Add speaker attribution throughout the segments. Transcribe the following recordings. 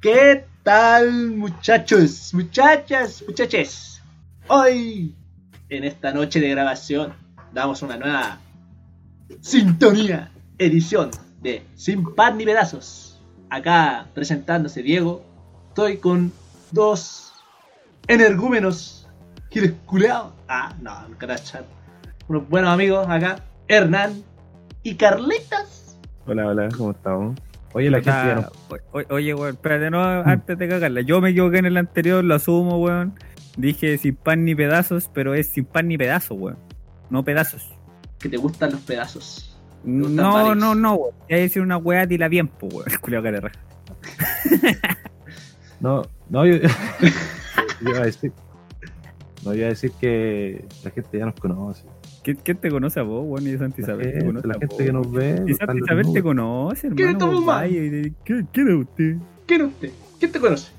Speaker 1: ¿Qué tal muchachos, muchachas, muchaches? Hoy, en esta noche de grabación, damos una nueva sintonía, edición de Sin Pan ni Pedazos. Acá presentándose Diego, estoy con dos energúmenos giresculeados. Ah, no, carachar. Unos buenos amigos acá, Hernán y Carlitas.
Speaker 2: Hola, hola, ¿cómo estamos? Oye, la
Speaker 3: O sea,
Speaker 2: gente ya no-
Speaker 3: o- o- oye, weón, espérate, no, antes de cagarla. Yo me equivoqué en el anterior, lo asumo, weón. Dije sin pan ni pedazos, pero es sin pan ni pedazos, weón. No pedazos.
Speaker 1: Que te gustan los pedazos. gustan
Speaker 3: No,
Speaker 1: varios.
Speaker 3: no, no, weón. Voy a decir una weá tila bien, po, weón. Culeado que le raja.
Speaker 2: No, no, yo, yo iba a decir... No, yo iba a decir que la gente ya nos conoce.
Speaker 3: ¿Qui- ¿Quién te conoce a vos, weón? Y Santi
Speaker 2: La
Speaker 3: Isabel te
Speaker 2: gente,
Speaker 3: conoce
Speaker 2: la
Speaker 3: a
Speaker 2: gente
Speaker 3: vos,
Speaker 2: que
Speaker 3: weón.
Speaker 2: nos ve...
Speaker 3: Y
Speaker 2: está en
Speaker 3: Santi
Speaker 2: las
Speaker 3: Isabel te
Speaker 2: nubes.
Speaker 3: conoce, hermano.
Speaker 1: ¿Quién es tu
Speaker 3: vos
Speaker 1: mamá?
Speaker 3: vaya y- ¿Qué- ¿Quién es usted?
Speaker 1: ¿Quién es usted? ¿Quién te conoce?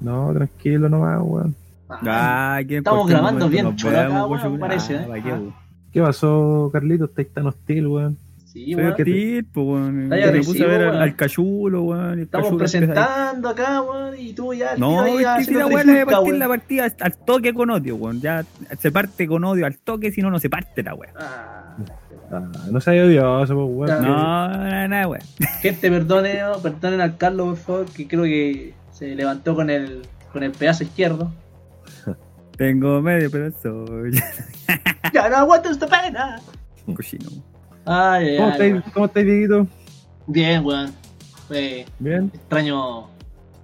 Speaker 2: No, tranquilo nomás, weón.
Speaker 3: Ah, ¿quién
Speaker 1: Estamos
Speaker 3: cualquier
Speaker 1: grabando
Speaker 3: momento
Speaker 1: bien
Speaker 3: nos
Speaker 1: choro acá,
Speaker 3: veamos,
Speaker 1: weón,
Speaker 3: weón.
Speaker 1: parece, ¿eh?
Speaker 3: Ah, pa' qué,
Speaker 1: Ah.
Speaker 3: weón.
Speaker 2: ¿Qué pasó, Carlito? Estáis tan hostil, weón.
Speaker 1: Sí,
Speaker 2: Soy
Speaker 1: weón.
Speaker 2: el que-
Speaker 3: Hostil, po, weón.
Speaker 1: Está ahí
Speaker 3: Me puse a ver
Speaker 1: agresivo,
Speaker 3: al,
Speaker 1: weón.
Speaker 3: al cachulo, weón. y el
Speaker 1: Estamos
Speaker 3: cachulo empieza ahí.
Speaker 1: presentando acá, weón, y tú ya... al tiro
Speaker 3: No,
Speaker 1: ahí
Speaker 3: es que si
Speaker 1: haciendo
Speaker 3: la weá la de
Speaker 1: trifulca,
Speaker 3: partir la
Speaker 1: weón.
Speaker 3: partida es al toque con odio, weón. Ya se parte con odio al toque, si no, no se parte la weá.
Speaker 1: Ah,
Speaker 2: Ah, no se odioso, pues,
Speaker 1: Ya.
Speaker 2: weón.
Speaker 3: No, nada, nada, weón.
Speaker 1: gente, perdonen, perdonen al Carlos, por favor, que creo que se levantó con el, con el pedazo izquierdo.
Speaker 3: Tengo medio pedazo,
Speaker 1: ¡Ya no aguanto esta pena!
Speaker 3: cochino.
Speaker 1: Ay, ay,
Speaker 2: ¿Cómo
Speaker 1: ay,
Speaker 2: estáis,
Speaker 1: weón.
Speaker 2: ¿Cómo estáis, Dieguito?
Speaker 1: Bien, weón. Fue
Speaker 2: ¿Bien?
Speaker 1: extraño...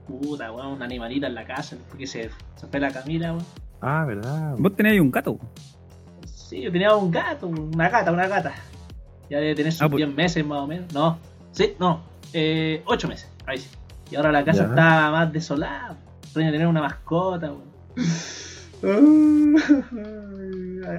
Speaker 1: Puta, weón, una animalita en la casa, porque se, se fue la Camila, weón.
Speaker 2: Ah, verdad. weón.
Speaker 3: Vos tenés ahí un gato.
Speaker 1: Sí, yo tenía un gato, una gata, una gata. Ya debe tener sus
Speaker 3: Ah, pues-
Speaker 1: 10 meses más o menos. No, sí, no, eh, 8 meses. Ahí sí. Y ahora la casa
Speaker 2: Ya.
Speaker 1: está más desolada. Extraño tener una mascota, weón.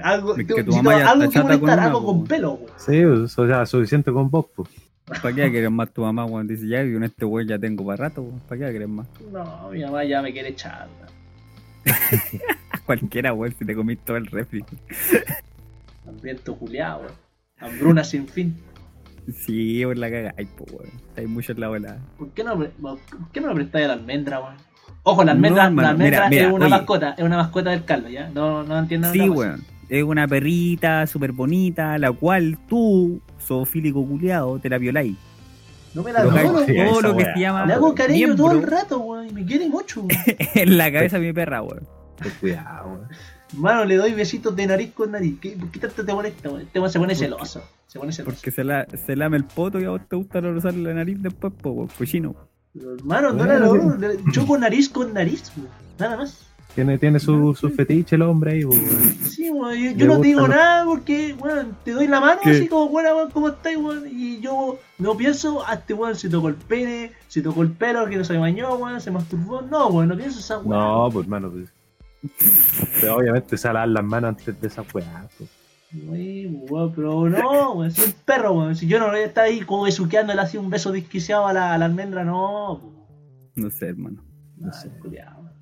Speaker 1: algo,
Speaker 3: Es que tu
Speaker 1: si
Speaker 3: mamá
Speaker 1: no,
Speaker 3: ya
Speaker 1: algo
Speaker 3: está
Speaker 1: que
Speaker 3: chata
Speaker 1: molestar,
Speaker 3: con
Speaker 1: algo
Speaker 3: una,
Speaker 1: con
Speaker 3: weón.
Speaker 1: pelo, weón.
Speaker 2: Sí, pues, o sea, suficiente con vos, pues.
Speaker 3: ¿Para qué querés más tu mamá, weón? Dice ya, y con este weón ya tengo para rato, weón. ¿Para qué querés más?
Speaker 1: No, mi mamá ya me quiere echar. weón.
Speaker 3: Cualquiera, weón, si te comís todo el refri.
Speaker 1: Hambriento culiado, weón. Hambruna sin fin.
Speaker 3: Sí, weón, la cagáis, po, weón. Hay mucho en la bola.
Speaker 1: ¿Por qué no, pre- por qué no le prestáis a la almendra, weón? Ojo, la almendra,
Speaker 3: No, hermano,
Speaker 1: la almendra
Speaker 3: mira, mira,
Speaker 1: es una
Speaker 3: oye.
Speaker 1: mascota, es una mascota del caldo, ¿ya? No, no entiendo
Speaker 3: Sí,
Speaker 1: otra cosa.
Speaker 3: weón. Es una perrita súper bonita, la cual tú, zoofílico culiado, te la violáis.
Speaker 1: No me la
Speaker 3: Pero
Speaker 2: No,
Speaker 3: Jaime,
Speaker 1: adoro,
Speaker 2: no diga
Speaker 3: todo
Speaker 2: esa
Speaker 3: Oh, lo que
Speaker 2: weá.
Speaker 3: se llama
Speaker 1: Le hago cariño
Speaker 3: miembro
Speaker 1: todo el rato, weón, y me quiere mucho, weón.
Speaker 3: en la cabeza de mi perra, weón.
Speaker 2: Ten cuidado, weón.
Speaker 1: Hermano, le doy besitos de nariz con nariz. ¿Qué, ¿Por qué tanto te molesta, weón? Este weón se pone
Speaker 3: ¿Por qué?
Speaker 1: celoso. Se pone celoso.
Speaker 3: Porque se, la, se lame el poto y a vos te gusta rozar la nariz después, po, weón. Pues Cochino.
Speaker 1: Pero, hermano, no
Speaker 2: Bueno,
Speaker 1: la logro.
Speaker 2: sí.
Speaker 1: le- Chupo nariz con nariz, weón. Nada más.
Speaker 2: Tiene, tiene su, su fetiche el hombre ahí, pues, weón.
Speaker 1: Sí, weón. Yo, yo
Speaker 2: Le
Speaker 1: no te
Speaker 2: gustan
Speaker 1: digo
Speaker 2: los-
Speaker 1: nada porque, weón, te doy la mano
Speaker 3: ¿Qué?
Speaker 1: así como, buena, weón, ¿cómo estás, weón? Y yo no pienso, ah, este weón se tocó el pene, se tocó el pelo, que no se bañó, weón, se masturbó. No, weón, no pienso esa weón.
Speaker 2: No, pues, hermano, pues. Pero obviamente se lavan las manos antes de esa weá, pues.
Speaker 1: Uy, weón, pero no, weón, soy un perro, weón. Si yo no voy a estar ahí como besuqueándole así un beso desquiciado a la, a la almendra, no, weón.
Speaker 3: No sé, hermano.
Speaker 2: No
Speaker 1: Ay,
Speaker 2: sé.
Speaker 1: culiao, weón.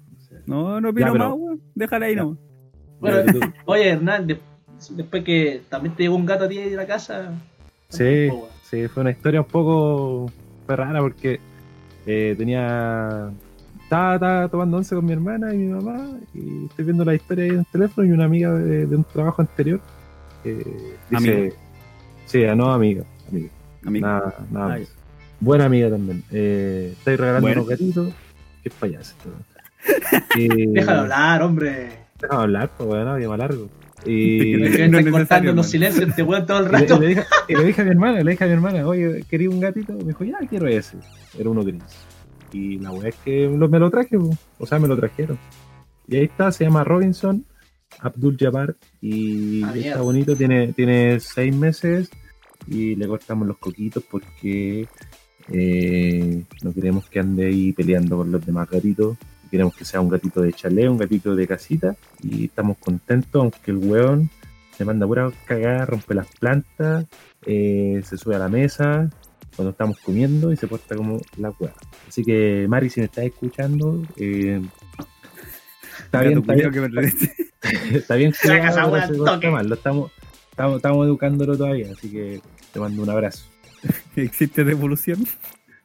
Speaker 3: No, no opino
Speaker 2: Ya, pero-
Speaker 3: más, weón. Déjala ahí,
Speaker 2: Ya.
Speaker 3: no.
Speaker 1: Bueno,
Speaker 2: Ya, pero tú-
Speaker 1: Oye, Hernán, de- después que también te llegó un gato a ti de la casa.
Speaker 2: Sí,
Speaker 1: tampoco, weón.
Speaker 2: sí, fue una historia un poco fue rara porque eh, tenía. Estaba, estaba tomando once con mi hermana y mi mamá y estoy viendo la historia ahí en el teléfono y una amiga de, de un trabajo anterior eh, dice.
Speaker 3: Amiga.
Speaker 2: Sí, no amiga, amiga.
Speaker 3: Amigo.
Speaker 2: Nada, nada
Speaker 3: Ah,
Speaker 2: más. Buena amiga también. Eh, estoy regalando
Speaker 3: Bueno.
Speaker 2: unos gatitos. Qué payaso. esto. Eh,
Speaker 1: Déjalo hablar, hombre.
Speaker 2: Déjalo hablar, pues bueno, bien largo.
Speaker 3: Te
Speaker 2: Y,
Speaker 1: Me
Speaker 3: creo.
Speaker 1: que
Speaker 3: no es
Speaker 1: estar
Speaker 3: necesario,
Speaker 1: cortando los
Speaker 3: hermano.
Speaker 1: silencios este weón todo el
Speaker 2: Y le, y
Speaker 1: rato.
Speaker 2: le dije, y le dije a mi hermana, le dije a mi hermana, oye, quería un gatito. Me dijo, ya quiero ese. Era uno gris. Y la weá es que lo- me lo traje, po. o sea, me lo trajeron. Y ahí está, se llama Robinson Abdul Jabbar. Y
Speaker 1: Ah,
Speaker 2: está
Speaker 1: mierda.
Speaker 2: bonito, tiene, tiene seis meses. Y le cortamos los coquitos porque eh, no queremos que ande ahí peleando con los demás gatitos. Queremos que sea un gatito de chalet, un gatito de casita. Y estamos contentos, aunque el weón se manda pura cagada, rompe las plantas, eh, se sube a la mesa cuando estamos comiendo y se porta como la cueva. Así que, Mari, si me estás escuchando, eh, está,
Speaker 3: Gato
Speaker 2: bien, está,
Speaker 3: culiao
Speaker 2: bien,
Speaker 3: que me entretiene.
Speaker 2: está bien
Speaker 1: Saca
Speaker 2: cuidado,
Speaker 1: esa
Speaker 2: pero
Speaker 1: wea
Speaker 2: se
Speaker 1: al
Speaker 2: porta
Speaker 1: toque.
Speaker 2: mal. Lo estamos, estamos, estamos educándolo todavía, así que te mando un abrazo.
Speaker 3: Existe devolución.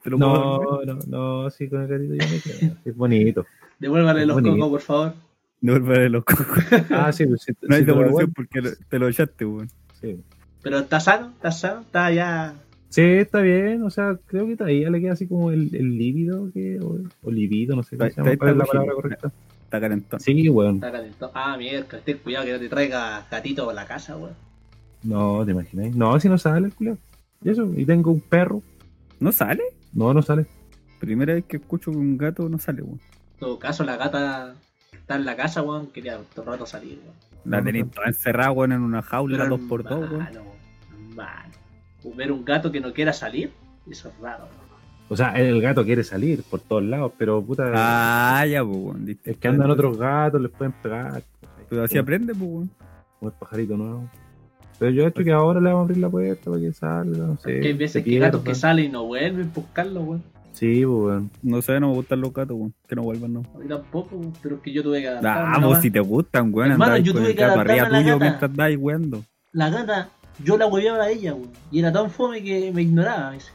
Speaker 3: Te lo
Speaker 2: No,
Speaker 3: puedo
Speaker 2: no, no, sí, con el gatito yo me quedo. Es bonito.
Speaker 1: Devuélvale
Speaker 2: Es
Speaker 1: los
Speaker 2: bonito.
Speaker 1: cocos, por favor.
Speaker 3: devolver los cocos.
Speaker 2: Ah, sí, pues, si-
Speaker 3: No hay
Speaker 2: si te lo
Speaker 3: devolución
Speaker 2: devuelvo,
Speaker 3: porque lo- te lo echaste, weón.
Speaker 2: sí.
Speaker 1: Pero está sano, está sano, está ya.
Speaker 2: Sí, está bien, o sea, creo que todavía le queda así como el, el líbido, que, o, o libido, no sé cómo
Speaker 3: Ahí-
Speaker 2: se llama,
Speaker 3: ahí
Speaker 2: cuál es la
Speaker 3: está el
Speaker 2: palabra correcta.
Speaker 3: Está calentón.
Speaker 2: Sí, weón.
Speaker 1: Está calentado. Ah, mierda, ten cuidado que no te traiga gatito a la casa, weón.
Speaker 2: No, ¿te imaginas? No, si no sale el culiao. Y eso, y tengo un perro.
Speaker 3: ¿No sale?
Speaker 2: No, no sale.
Speaker 3: Primera vez que escucho que un gato no sale, weón.
Speaker 1: En todo caso, la gata está en la casa, weón. Quería todo el rato salir, weón.
Speaker 2: No,
Speaker 3: La
Speaker 2: no
Speaker 3: tenéis
Speaker 2: sale.
Speaker 3: toda encerrada, weón, en una jaula
Speaker 1: Pero
Speaker 3: dos por dos, weón.
Speaker 1: hermano, hermano, Ver un gato que no quiera salir, eso es raro. weón.
Speaker 2: O sea, el gato quiere salir por todos lados, pero puta,
Speaker 3: Ah, ya, pues, weón. diste.
Speaker 2: es que andan otros gatos, les pueden pegar.
Speaker 3: Pero así
Speaker 2: un,
Speaker 3: aprende, pues, weón.
Speaker 2: un pajarito nuevo. Pero yo creo que ahora le vamos a abrir la puerta para que salga, no sé.
Speaker 1: Porque hay
Speaker 2: se
Speaker 1: veces que
Speaker 2: pierda.
Speaker 1: gatos que salen y no vuelven, pues Carlos, weón.
Speaker 2: Sí, pues, weón.
Speaker 3: No sé, no me gustan los gatos, weón. Que no vuelvan, no.
Speaker 1: A mí tampoco, weón, pero es que yo tuve que adaptarme
Speaker 3: Ah, vos
Speaker 1: nomás.
Speaker 3: si te gustan, weón.
Speaker 1: Hermano,
Speaker 3: Andabas
Speaker 1: yo
Speaker 3: con
Speaker 1: tuve
Speaker 3: el
Speaker 1: que
Speaker 3: gato arriba
Speaker 1: adaptarme a la
Speaker 3: tuyo
Speaker 1: gata.
Speaker 3: mientras andáis weando.
Speaker 1: La gata, yo la hueveaba a ella, weón. Y era tan fome que me ignoraba. me dice,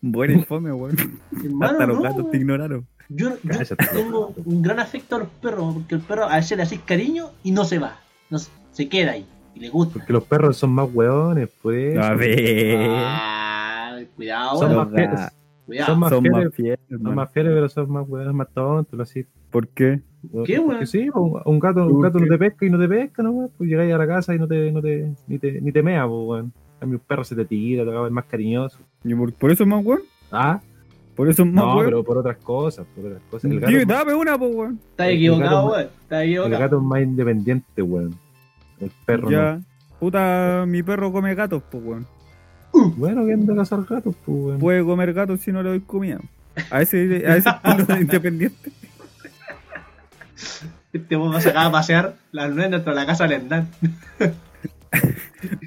Speaker 3: Buen informe, weón.
Speaker 1: Hermano,
Speaker 3: Hasta los
Speaker 1: no,
Speaker 3: gatos
Speaker 1: weón.
Speaker 3: te ignoraron.
Speaker 1: Yo, yo
Speaker 2: Cállate,
Speaker 1: tengo
Speaker 2: loco.
Speaker 1: un gran afecto a los perros, weón, porque el perro a veces le haces cariño y no se va. No, se- se queda ahí. Y le gusta.
Speaker 2: Porque los perros son más weones, pues.
Speaker 3: A ver.
Speaker 1: Ah, cuidado,
Speaker 2: son,
Speaker 1: weón,
Speaker 3: bueno,
Speaker 2: más fieles,
Speaker 3: ga-
Speaker 1: cuidado.
Speaker 2: son más
Speaker 3: Son
Speaker 2: fieles.
Speaker 3: más fieles,
Speaker 2: son
Speaker 3: hermano.
Speaker 2: más fieles, pero son más weones, más tontos, lo así.
Speaker 3: ¿Por qué?
Speaker 1: ¿Qué,
Speaker 2: Porque
Speaker 1: weón?
Speaker 2: sí, po, un, gato, un
Speaker 3: ¿Por
Speaker 2: gato no
Speaker 3: qué?
Speaker 2: te pesca y no te pesca, ¿no, weón? Pues llegáis a la casa y no te, no te, ni, te, ni te mea, po, weón. A mí un perro se te tira, te va a ver más cariñoso.
Speaker 3: ¿Y por, por eso es más weón?
Speaker 2: Ah,
Speaker 3: Por eso es más
Speaker 2: no,
Speaker 3: weón.
Speaker 2: pero por otras cosas, por otras cosas. El gato,
Speaker 3: Tío, dame una, pues, weón.
Speaker 1: Estás
Speaker 2: El
Speaker 1: equivocado,
Speaker 2: gato-
Speaker 1: weón. Estás
Speaker 2: el
Speaker 1: equivocado.
Speaker 2: gato es más independiente, weón. El perro no.
Speaker 3: Ya. Puta, mi perro come gatos, pues, weón.
Speaker 2: Bueno, ¿quién de cazar gatos, pues, weón?
Speaker 3: Puede comer gatos si no le doy comida. A ese, a ese punto de independiente.
Speaker 1: Este weón va a sacar a pasear las nueve dentro de la casa del Hernán.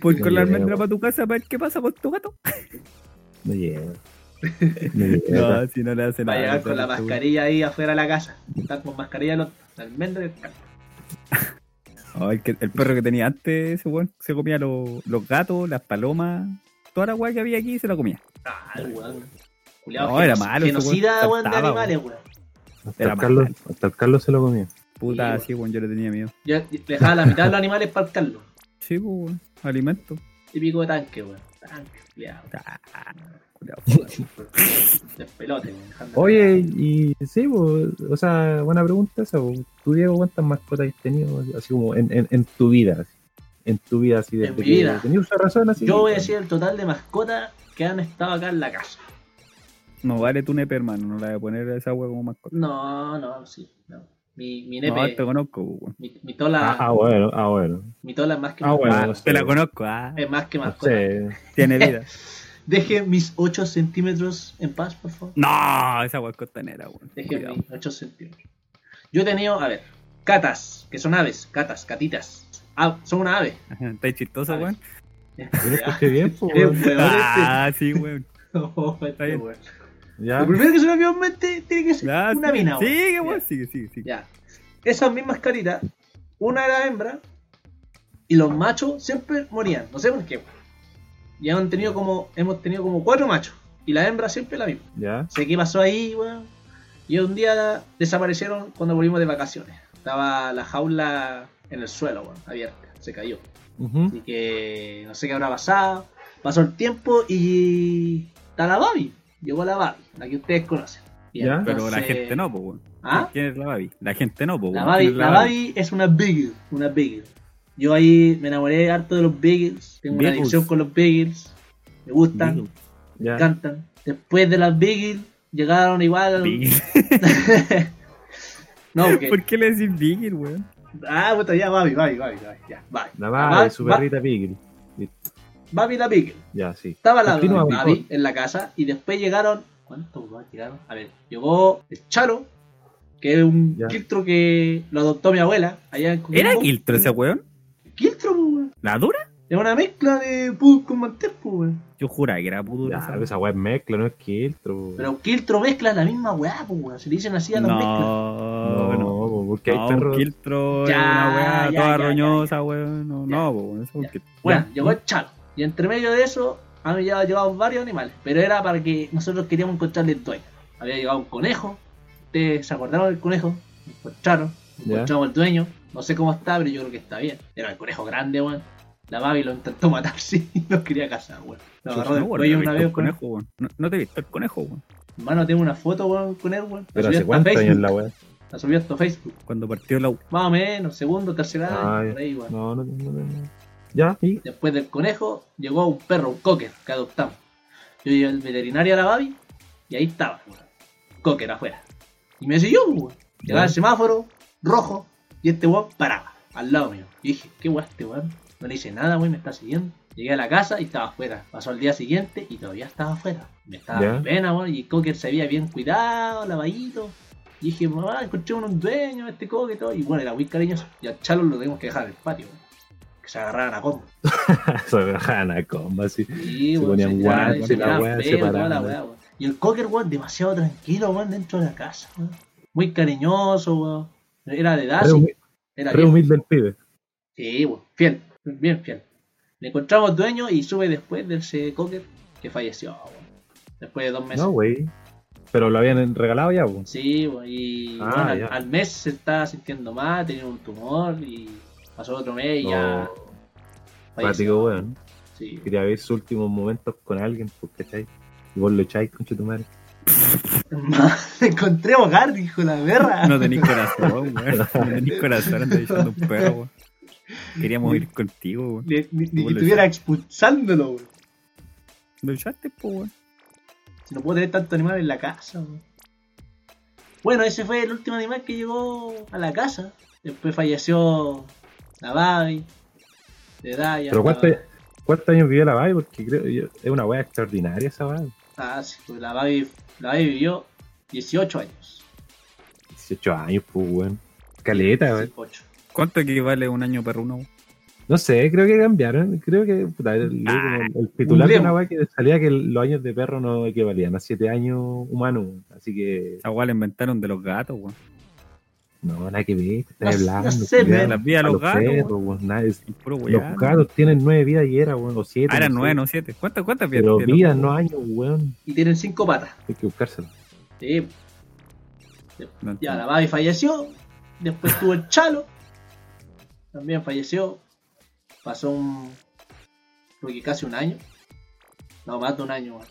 Speaker 3: Voy con
Speaker 2: Ya,
Speaker 3: la almendra
Speaker 2: weón.
Speaker 3: para tu casa para ver qué pasa con tu gato.
Speaker 2: No llega. No llega.
Speaker 3: No, si no le hace
Speaker 1: Va a
Speaker 3: nada.
Speaker 1: llegar
Speaker 3: no
Speaker 1: con la
Speaker 3: hace nada,
Speaker 1: mascarilla ahí afuera de la casa. Está con mascarilla los almendras.
Speaker 3: weón. Ay, que el perro que tenía antes, ese weón, se comía los- los gatos, las palomas, toda la weá que había aquí se la comía.
Speaker 1: Ay, weón. Culeado,
Speaker 3: No, era malo ese weón.
Speaker 1: Genocida, weón, de
Speaker 3: Saltaba,
Speaker 1: animales, weón.
Speaker 2: Hasta,
Speaker 3: Era
Speaker 2: el Carlos, hasta el Carlos se lo comía.
Speaker 3: Puta,
Speaker 1: Sí,
Speaker 3: sí, weón, yo le tenía miedo.
Speaker 1: Yo dejaba la mitad de los animales para el Carlos.
Speaker 3: Sí, pues, weón, alimento.
Speaker 1: Típico de tanque, weón. Tanque, culeado.
Speaker 3: Ah, culiao.
Speaker 1: Despelote, weón. dejando-
Speaker 2: Oye, y sí, po, o sea, buena pregunta esa. po. ¿Tú, Diego, cuántas mascotas has tenido? Así como en, en, en tu vida. así. En tu vida, así desde
Speaker 1: En mi
Speaker 2: que
Speaker 1: vida.
Speaker 2: tenías uso de razón, así.
Speaker 1: Yo voy a decir el total de mascotas que han estado acá en la casa.
Speaker 3: No vale tu nepe, hermano, no la voy a poner a esa weá como mascota.
Speaker 1: No, no, sí. No. Mi, mi
Speaker 3: No,
Speaker 1: nepe,
Speaker 3: te conozco, pues, weón.
Speaker 1: mi, mi
Speaker 2: este Ah,
Speaker 1: tola,
Speaker 2: ah, bueno, ah, bueno.
Speaker 1: mi tola es más que
Speaker 2: Ah, bueno,
Speaker 3: Ah,
Speaker 2: no
Speaker 3: te
Speaker 2: sé.
Speaker 3: la conozco, ah,
Speaker 1: es más que
Speaker 2: No
Speaker 1: mascota.
Speaker 2: sé.
Speaker 3: tiene vida.
Speaker 1: Deje mis 8 centímetros en paz, por favor.
Speaker 3: No, esa weá es costanera, weón.
Speaker 1: Deje
Speaker 3: cuidado.
Speaker 1: mis 8 centímetros. Yo he tenido, a ver, catas, que son aves, catas, catitas. Ah, son una ave.
Speaker 3: Ajá, Está chistoso,
Speaker 1: Ah,
Speaker 3: weón.
Speaker 2: Yo lo escuché bien, po,
Speaker 1: Eh,
Speaker 2: weón.
Speaker 1: weón,
Speaker 3: Ah, sí, weón.
Speaker 1: este- Oh, este
Speaker 3: bien.
Speaker 1: weón.
Speaker 2: Ya.
Speaker 1: Lo primero que se me vio en mente tiene que ser
Speaker 3: Ya,
Speaker 1: una
Speaker 3: sigue,
Speaker 1: mina. weón.
Speaker 3: Sigue, weón, sigue, sigue, sigue.
Speaker 1: Ya. Esas mismas caritas, una era hembra y los machos siempre morían, no sé por qué. weón. Y han tenido como, hemos tenido como cuatro machos y la hembra siempre la misma.
Speaker 2: Ya.
Speaker 1: sé qué pasó ahí, weón. Y un día desaparecieron cuando volvimos de vacaciones. Estaba la jaula en el suelo, weón, abierta, se cayó.
Speaker 2: Ujú.
Speaker 1: Así que no sé qué habrá pasado. Pasó el tiempo y está la Babi. Llegó la Babi, la que ustedes conocen. Bien,
Speaker 2: Ya.
Speaker 3: Pero la
Speaker 1: entonces-
Speaker 3: gente no, pues, weón.
Speaker 1: ¿Ah?
Speaker 3: ¿Quién es la Babi? La gente no, pues,
Speaker 1: La
Speaker 3: weón.
Speaker 1: Babi,
Speaker 3: ¿Quién es
Speaker 1: la Babi es una Beagle, una Beagle. Yo ahí me enamoré harto de los Beagles. Tengo una
Speaker 3: Beagles.
Speaker 1: adicción con los Beagles. Me gustan,
Speaker 3: Beagle.
Speaker 1: me
Speaker 2: Ya.
Speaker 1: encantan. Después de las Beagles llegaron igual
Speaker 3: Beagle.
Speaker 1: no, porque.
Speaker 3: ¿Por qué le decís Bigger, weón?
Speaker 1: Ah, puta, ya, Babi, Babi, Babi, Babi, ya, Babi.
Speaker 2: La
Speaker 1: Ba-
Speaker 2: madre, su
Speaker 1: Ba-
Speaker 2: perrita Piggy.
Speaker 1: Babi la Beagle.
Speaker 2: Ya, sí.
Speaker 1: Estaba la
Speaker 2: Continúa, por
Speaker 1: Babi
Speaker 2: favor.
Speaker 1: en la casa y después llegaron. ¿Cuántos más llegaron? A ver, llegó el Charo, que es un
Speaker 2: Ya.
Speaker 1: quiltro que lo adoptó mi abuela allá en Coquimbo.
Speaker 3: ¿Era Kiltro ese weón?
Speaker 1: Quiltro, pues, weón.
Speaker 3: ¿La dura?
Speaker 1: Es una mezcla de pud con mantel, pues, weón.
Speaker 3: Yo juraba que era
Speaker 2: Ya,
Speaker 3: pudura. esa
Speaker 2: pero
Speaker 3: weón.
Speaker 2: esa weá es mezcla, no es quiltro.
Speaker 1: Pero quiltro mezcla es la misma weá, pues, weón. Se le dicen así a las mezclas.
Speaker 3: No,
Speaker 2: No,
Speaker 3: no.
Speaker 2: po, porque hay
Speaker 3: No, un
Speaker 2: perros.
Speaker 3: Kiltro es
Speaker 1: Ya,
Speaker 3: una weá
Speaker 1: ya,
Speaker 3: toda
Speaker 1: ya,
Speaker 3: roñosa, weón. No, no, po, weón, eso es un
Speaker 1: Ya.
Speaker 3: Kiltro.
Speaker 1: Bueno, llegó el Charo. Y entre medio de eso, Han llegado, llegado varios animales, pero era para que nosotros queríamos encontrarle el dueño. Había llegado un conejo, ustedes se acordaron del conejo, lo encontraron,
Speaker 2: Ya.
Speaker 1: encontramos al dueño, no sé cómo está, pero yo creo que está bien. Era el conejo grande, weón. La Babi lo intentó matar, sí, y lo quería cazar, weón. Lo agarró
Speaker 3: Chucha,
Speaker 1: del
Speaker 3: no, weón,
Speaker 1: cuello
Speaker 3: no he
Speaker 1: una
Speaker 3: visto
Speaker 1: vez,
Speaker 3: el
Speaker 1: weón.
Speaker 3: conejo, weón. No, no te he visto el conejo, weón.
Speaker 1: Hermano, tengo una foto, weón, con él, weón. La
Speaker 2: Pero
Speaker 1: subí
Speaker 2: hace
Speaker 1: hasta
Speaker 2: cuántos años
Speaker 1: Facebook.
Speaker 2: la weá.
Speaker 1: La subí hasta Facebook.
Speaker 3: Cuando partió la U.
Speaker 1: Más o menos, segundo, tercer año,
Speaker 2: Ay.
Speaker 1: por ahí, weón.
Speaker 2: No, no, no, no, no. Ya, y
Speaker 1: Después del conejo, llegó un perro, un cocker, que adoptamos. Yo llevé al veterinario a la Babi y ahí estaba, weón. Cocker afuera. Y me siguió, weón. Llegaba
Speaker 2: Ya.
Speaker 1: el semáforo, rojo, y este weón paraba, al lado mío. Y dije, qué weón este weón. No le hice nada, weón, me está siguiendo. Llegué a la casa y estaba afuera. Pasó el día siguiente y todavía estaba afuera. Me estaba
Speaker 2: Ya.
Speaker 1: de pena, weón. Y Cocker se había bien cuidado, lavadito. Y dije, mamá, encontré un dueño, este coque y todo. Y bueno, era muy cariñoso. Y al chalo lo tenemos que dejar en el patio, weón. Que se agarraran a combo.
Speaker 2: se agarraban a comba, así.
Speaker 1: Sí,
Speaker 2: Se
Speaker 1: weón,
Speaker 2: ponían
Speaker 1: tiraban-
Speaker 2: guapos,
Speaker 1: se
Speaker 2: la
Speaker 1: tiraban
Speaker 2: weá, se
Speaker 1: pedos, toda
Speaker 2: paraban.
Speaker 1: la weá, weón. Y el cocker, weón, demasiado tranquilo, weón, dentro de la casa, weón. Muy cariñoso, weón. Era de edad,
Speaker 2: Re,
Speaker 1: Ah, sí,
Speaker 2: humi-
Speaker 1: era
Speaker 2: re
Speaker 1: bien.
Speaker 2: humilde el pibe.
Speaker 1: Sí, weón, fiel, bien fiel. Le encontramos dueño y sube después de ese cocker que falleció, weón. Después de dos meses.
Speaker 2: No, güey. Pero lo habían regalado ya, po.
Speaker 1: Sí, weón, y
Speaker 2: Ah,
Speaker 1: bueno, al,
Speaker 2: ya.
Speaker 1: al mes se estaba sintiendo mal, tenía un tumor y pasó otro mes y ya
Speaker 2: No,
Speaker 1: falleció.
Speaker 2: Pático, weón.
Speaker 1: Sí,
Speaker 2: Quería ver sus últimos momentos con alguien, pues, ¿cachai? Y vos lo echáis, concha tu madre.
Speaker 1: Encontré hogar, dijo la verra.
Speaker 3: No tenéis corazón, weón. No tenéis corazón, andas diciendo un perro, weón. Queríamos ir contigo, weón.
Speaker 1: Ni, ni- ni
Speaker 3: ¿Cómo
Speaker 1: que
Speaker 3: le
Speaker 1: estuviera expulsándolo, weón.
Speaker 3: ¿Lo echaste, po, weón?
Speaker 1: Si no puedo tener tanto animal en la casa, weón. Bueno, ese fue el último animal que llegó a la casa. Después falleció la Babi, de Daya. la-
Speaker 2: Pero ¿cuántos cuántos años vivió la Babi? Porque creo, yo- es una weá extraordinaria esa weá.
Speaker 1: Ah, sí, pues la Babi, la Babi vivió 18 años.
Speaker 2: 18 años, pues, weón. Caleta, weón.
Speaker 1: 18.
Speaker 3: ¿Cuánto equivale un año perruno, weón?
Speaker 2: No sé, creo que cambiaron. Creo que puta, el,
Speaker 3: Ah,
Speaker 2: el- el titular de
Speaker 1: Googlemos.
Speaker 2: una weá que salía que el- los años de perro no equivalían a 7 años humanos. weón. Así que,
Speaker 3: Esa weá la Ah, inventaron de los gatos, weón.
Speaker 2: no, nada que ver. Estás
Speaker 1: No sé,
Speaker 2: hablando.
Speaker 1: no sé,
Speaker 2: culiao.
Speaker 1: weón.
Speaker 3: Las vidas
Speaker 2: A
Speaker 3: de los gatos,
Speaker 2: perros,
Speaker 3: weón.
Speaker 2: weón, nada, es-
Speaker 3: El puro
Speaker 2: Los
Speaker 3: weón.
Speaker 2: gatos tienen 9 vidas y era, weón, o 7.
Speaker 3: Ah, eran nueve, no siete. ¿Cuántas, cuántas vidas
Speaker 2: Pero
Speaker 3: tiene?
Speaker 2: vidas, no años, weón.
Speaker 1: Y tienen 5 patas.
Speaker 2: Hay que buscárselo.
Speaker 1: Sí.
Speaker 3: No,
Speaker 1: Ya la Babi falleció. Después tuvo el Chalo. También falleció. Pasó un. Creo que casi un año. No, más de un año. weón.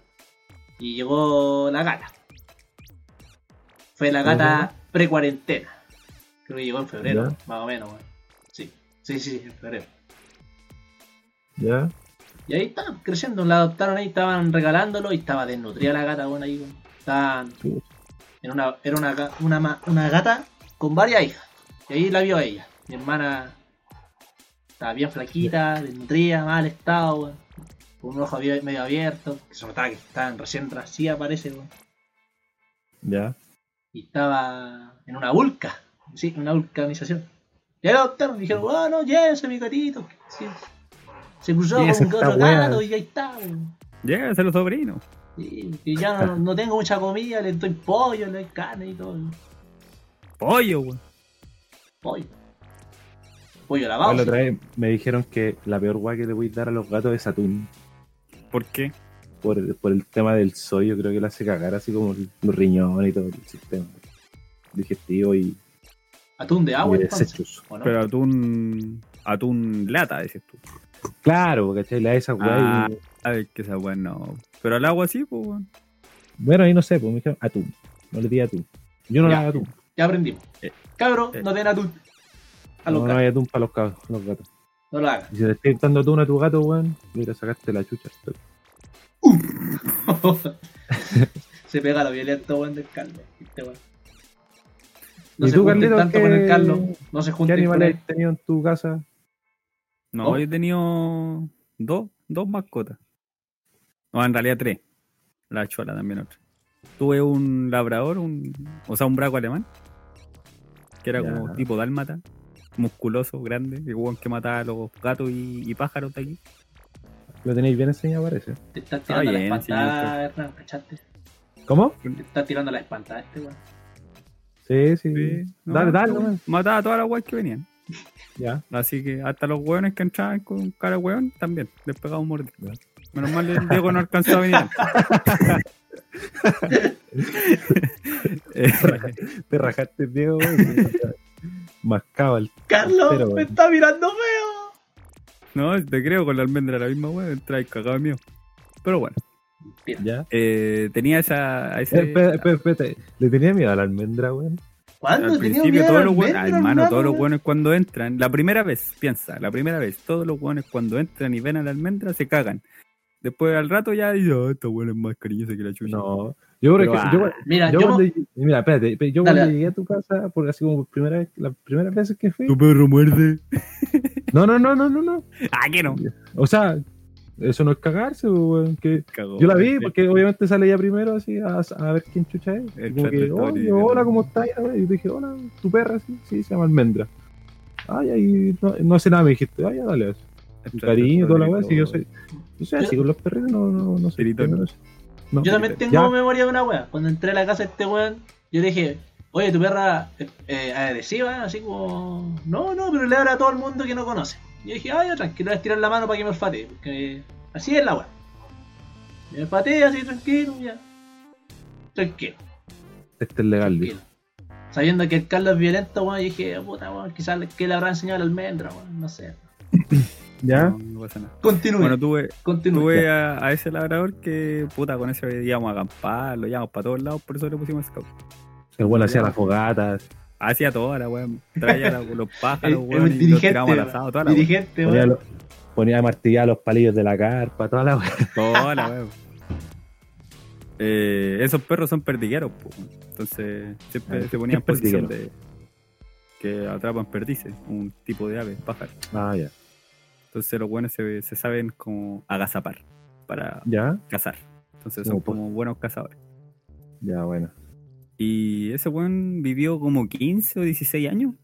Speaker 1: Y llegó la gata. Fue la gata pre-cuarentena. Creo que llegó en febrero,
Speaker 2: Ya.
Speaker 1: más o menos. weón. Sí. sí, sí, sí, en febrero.
Speaker 2: ¿Ya?
Speaker 1: Y ahí estaban creciendo, la adoptaron ahí, estaban regalándolo y estaba desnutrida la gata, bueno, ahí, bueno. Estaban. Era una, era una, ga- una, ma- una gata con varias hijas. Y ahí la vio ella. Mi hermana estaba bien flaquita, desnutrida, mal estado, weón. Con un ojo abier- medio abierto, que se notaba que estaban recién nacida, parece, weón.
Speaker 2: ¿Ya?
Speaker 1: Y estaba en una vulca, sí, en una vulcanización. Y ahí la adoptaron, dijeron, ah, no, llévense mi gatito. Sí. Se cruzó con
Speaker 2: Llévense
Speaker 1: un
Speaker 2: esta
Speaker 1: otro
Speaker 2: wea.
Speaker 1: gato y ahí está, weón.
Speaker 3: Llega a ser los sobrinos.
Speaker 1: Sí, y ya no, no tengo mucha comida, le doy pollo, le doy carne y todo.
Speaker 3: Pollo, weón.
Speaker 1: Pollo. Pollo
Speaker 2: Ah,
Speaker 1: lavado.
Speaker 2: la
Speaker 1: sí.
Speaker 2: otra vez me dijeron que la peor weá que le voy a dar a los gatos es atún.
Speaker 3: ¿Por qué?
Speaker 2: Por, por el tema del sodio, creo que le hace cagar así como los riñones y todo el sistema digestivo y,
Speaker 1: Atún de agua,
Speaker 2: y
Speaker 1: Ah, entonces.
Speaker 2: desechos.
Speaker 1: ¿o no?
Speaker 3: Pero atún. Atún lata, dices tú.
Speaker 2: Claro, ¿cachai? La de esa weá.
Speaker 3: Ah.
Speaker 2: y-
Speaker 3: A ver, que esa weón no. Pero al agua sí, pues, weón.
Speaker 2: Bueno, ahí no sé, pues me dijeron atún. No le di atún. Yo no
Speaker 1: Ya.
Speaker 2: le hago atún.
Speaker 1: Ya aprendimos.
Speaker 3: Eh,
Speaker 1: Cabro,
Speaker 3: eh.
Speaker 1: no den atún. A los
Speaker 2: No, no
Speaker 1: gatos,
Speaker 2: hay atún para los, ca- los gatos.
Speaker 1: no lo hagan.
Speaker 2: Y si le estás dando atún a tu gato, weón, mira, sacaste la chucha.
Speaker 1: Se pega lo violento, weón, del caldo. Este weón. No
Speaker 2: ¿Y
Speaker 1: se
Speaker 2: tú,
Speaker 1: junten
Speaker 2: Carlito,
Speaker 1: tanto
Speaker 2: qué-
Speaker 1: con el Carlos. No se
Speaker 2: ¿Qué
Speaker 1: junten con
Speaker 2: animales
Speaker 1: él.
Speaker 2: has tenido en tu casa?
Speaker 3: No,
Speaker 2: Oh.
Speaker 1: ¿Dos?
Speaker 3: yo he tenido dos, dos mascotas. No, en realidad tres. La chola también otra. Tuve un labrador, un, o sea, un braco alemán, que era
Speaker 2: Ya.
Speaker 3: como tipo dálmata, musculoso, grande, el hueón que mataba a los gatos y, y pájaros de aquí.
Speaker 2: Lo tenéis bien enseñado, parece.
Speaker 1: Te estás tirando la
Speaker 3: Está bien,
Speaker 1: espantada, Hernán, ¿cachaste?
Speaker 2: ¿Cómo?
Speaker 1: Te estás tirando la espantada este weón.
Speaker 2: Sí, sí.
Speaker 3: Sí, no,
Speaker 2: dale, dale,
Speaker 3: no,
Speaker 2: weón.
Speaker 3: mataba a todas las weas que venían.
Speaker 2: Ya.
Speaker 3: Así que hasta los hueones que entraban con cara de hueón también les pegaba un mordido. Menos mal el Diego no alcanzó a venir. Eh,
Speaker 2: Te rajaste, Diego. weón. Mascaba el.
Speaker 1: Carlos,
Speaker 2: Pero,
Speaker 1: me
Speaker 2: bueno.
Speaker 1: está mirando feo.
Speaker 3: no, te creo con la almendra la misma weón, trae cagado mío. Pero bueno,
Speaker 2: ¿Ya?
Speaker 3: eh, tenía esa. a ese-
Speaker 2: Eh, espera, espera, espera. Le tenía miedo a la almendra, weón.
Speaker 1: ¿Cuándo
Speaker 3: Al
Speaker 1: tenía
Speaker 3: principio
Speaker 1: miedo
Speaker 3: todos
Speaker 1: al
Speaker 3: los buenos,
Speaker 1: metro,
Speaker 3: hermano, todos los
Speaker 1: hermano?
Speaker 3: buenos cuando entran, la primera vez, piensa, la primera vez, todos los buenos cuando entran y ven a la almendra se cagan. Después al rato ya dicen, oh, esta buena es más cariñosa que la chucha.
Speaker 2: No. Yo creo
Speaker 3: Pero,
Speaker 2: que.
Speaker 3: ah,
Speaker 2: yo-
Speaker 1: Mira,
Speaker 2: yo
Speaker 1: yo,
Speaker 2: cuando llegué- mira, espérate, espérate, yo
Speaker 1: Dale,
Speaker 2: cuando
Speaker 1: dale.
Speaker 2: llegué a tu casa, por así como primera vez, las primeras veces que fui.
Speaker 3: Tu perro muerde.
Speaker 2: No, no, no, no, no, no.
Speaker 3: Ah, que no.
Speaker 2: O sea, eso no es cagarse, weón. Que
Speaker 3: Cagó. este,
Speaker 2: yo la vi porque obviamente sale ella primero así a, a ver quién chucha es. Y
Speaker 3: El
Speaker 2: como
Speaker 3: chat
Speaker 2: que,
Speaker 3: está
Speaker 2: "Oye,
Speaker 3: horrible".
Speaker 2: hola, ¿cómo estás? Y yo dije, hola, tu perra, sí, sí, se llama Almendra. Ay, ay, no, no hace nada, me dijiste, ay, ya dale. así,
Speaker 3: El
Speaker 2: Cariño, toda la weá,
Speaker 3: chat
Speaker 2: si yo
Speaker 3: está
Speaker 2: soy. Yo soy así con los perritos, no, no, no soy.
Speaker 3: Perito,
Speaker 2: no,
Speaker 3: no.
Speaker 2: sé. No.
Speaker 1: yo también
Speaker 2: Ya,
Speaker 1: tengo memoria de una wea. Cuando entré a la casa de este weón, yo le dije, oye, tu perra eh, eh, agresiva, así como. No, no, pero le habla a todo el mundo que no conoce. Y yo dije, ay, ya, tranquilo, le voy a estirar la mano para que me olfatee. Porque así es la wea. Me olfatee así, tranquilo, ya. Tranquilo.
Speaker 2: Este es legal, Luis.
Speaker 1: Tranquilo. Sabiendo que el Carlos es violento, weón, yo dije, puta, weón, quizás que le habrá enseñado la almendra, weón, no sé.
Speaker 2: ¿Ya?
Speaker 3: No, no pasa nada.
Speaker 1: Continúe,
Speaker 3: Bueno, tuve,
Speaker 1: continúe.
Speaker 3: tuve a, a ese labrador que, puta, con ese íbamos a acampar, lo llevamos para todos lados, por eso le pusimos scout.
Speaker 2: El weón hacía las fogatas,
Speaker 3: Hacía toda la weón, traía la- los pájaros,
Speaker 1: Es- es
Speaker 3: weón,
Speaker 1: un
Speaker 3: y los
Speaker 1: dirigente,
Speaker 3: tiramos al
Speaker 1: weón.
Speaker 3: asado, toda la weón.
Speaker 1: Dirigente,
Speaker 2: ponía,
Speaker 1: weón.
Speaker 2: lo- ponía a martillar los palillos de la carpa, toda la weá.
Speaker 3: Toda la wea, po. Eh, esos perros son perdigueros, po. entonces siempre
Speaker 2: Ah,
Speaker 3: se ponían en
Speaker 2: ¿qué
Speaker 3: posición de que atrapan perdices, un tipo de ave, pájaro.
Speaker 2: Ah, ya.
Speaker 3: Entonces los buenos se, se saben como agazapar para
Speaker 2: ¿Ya?
Speaker 3: cazar. Entonces son
Speaker 2: Como por-
Speaker 3: como buenos cazadores.
Speaker 2: Ya, bueno.
Speaker 3: Y ese weón vivió como 15 o 16 años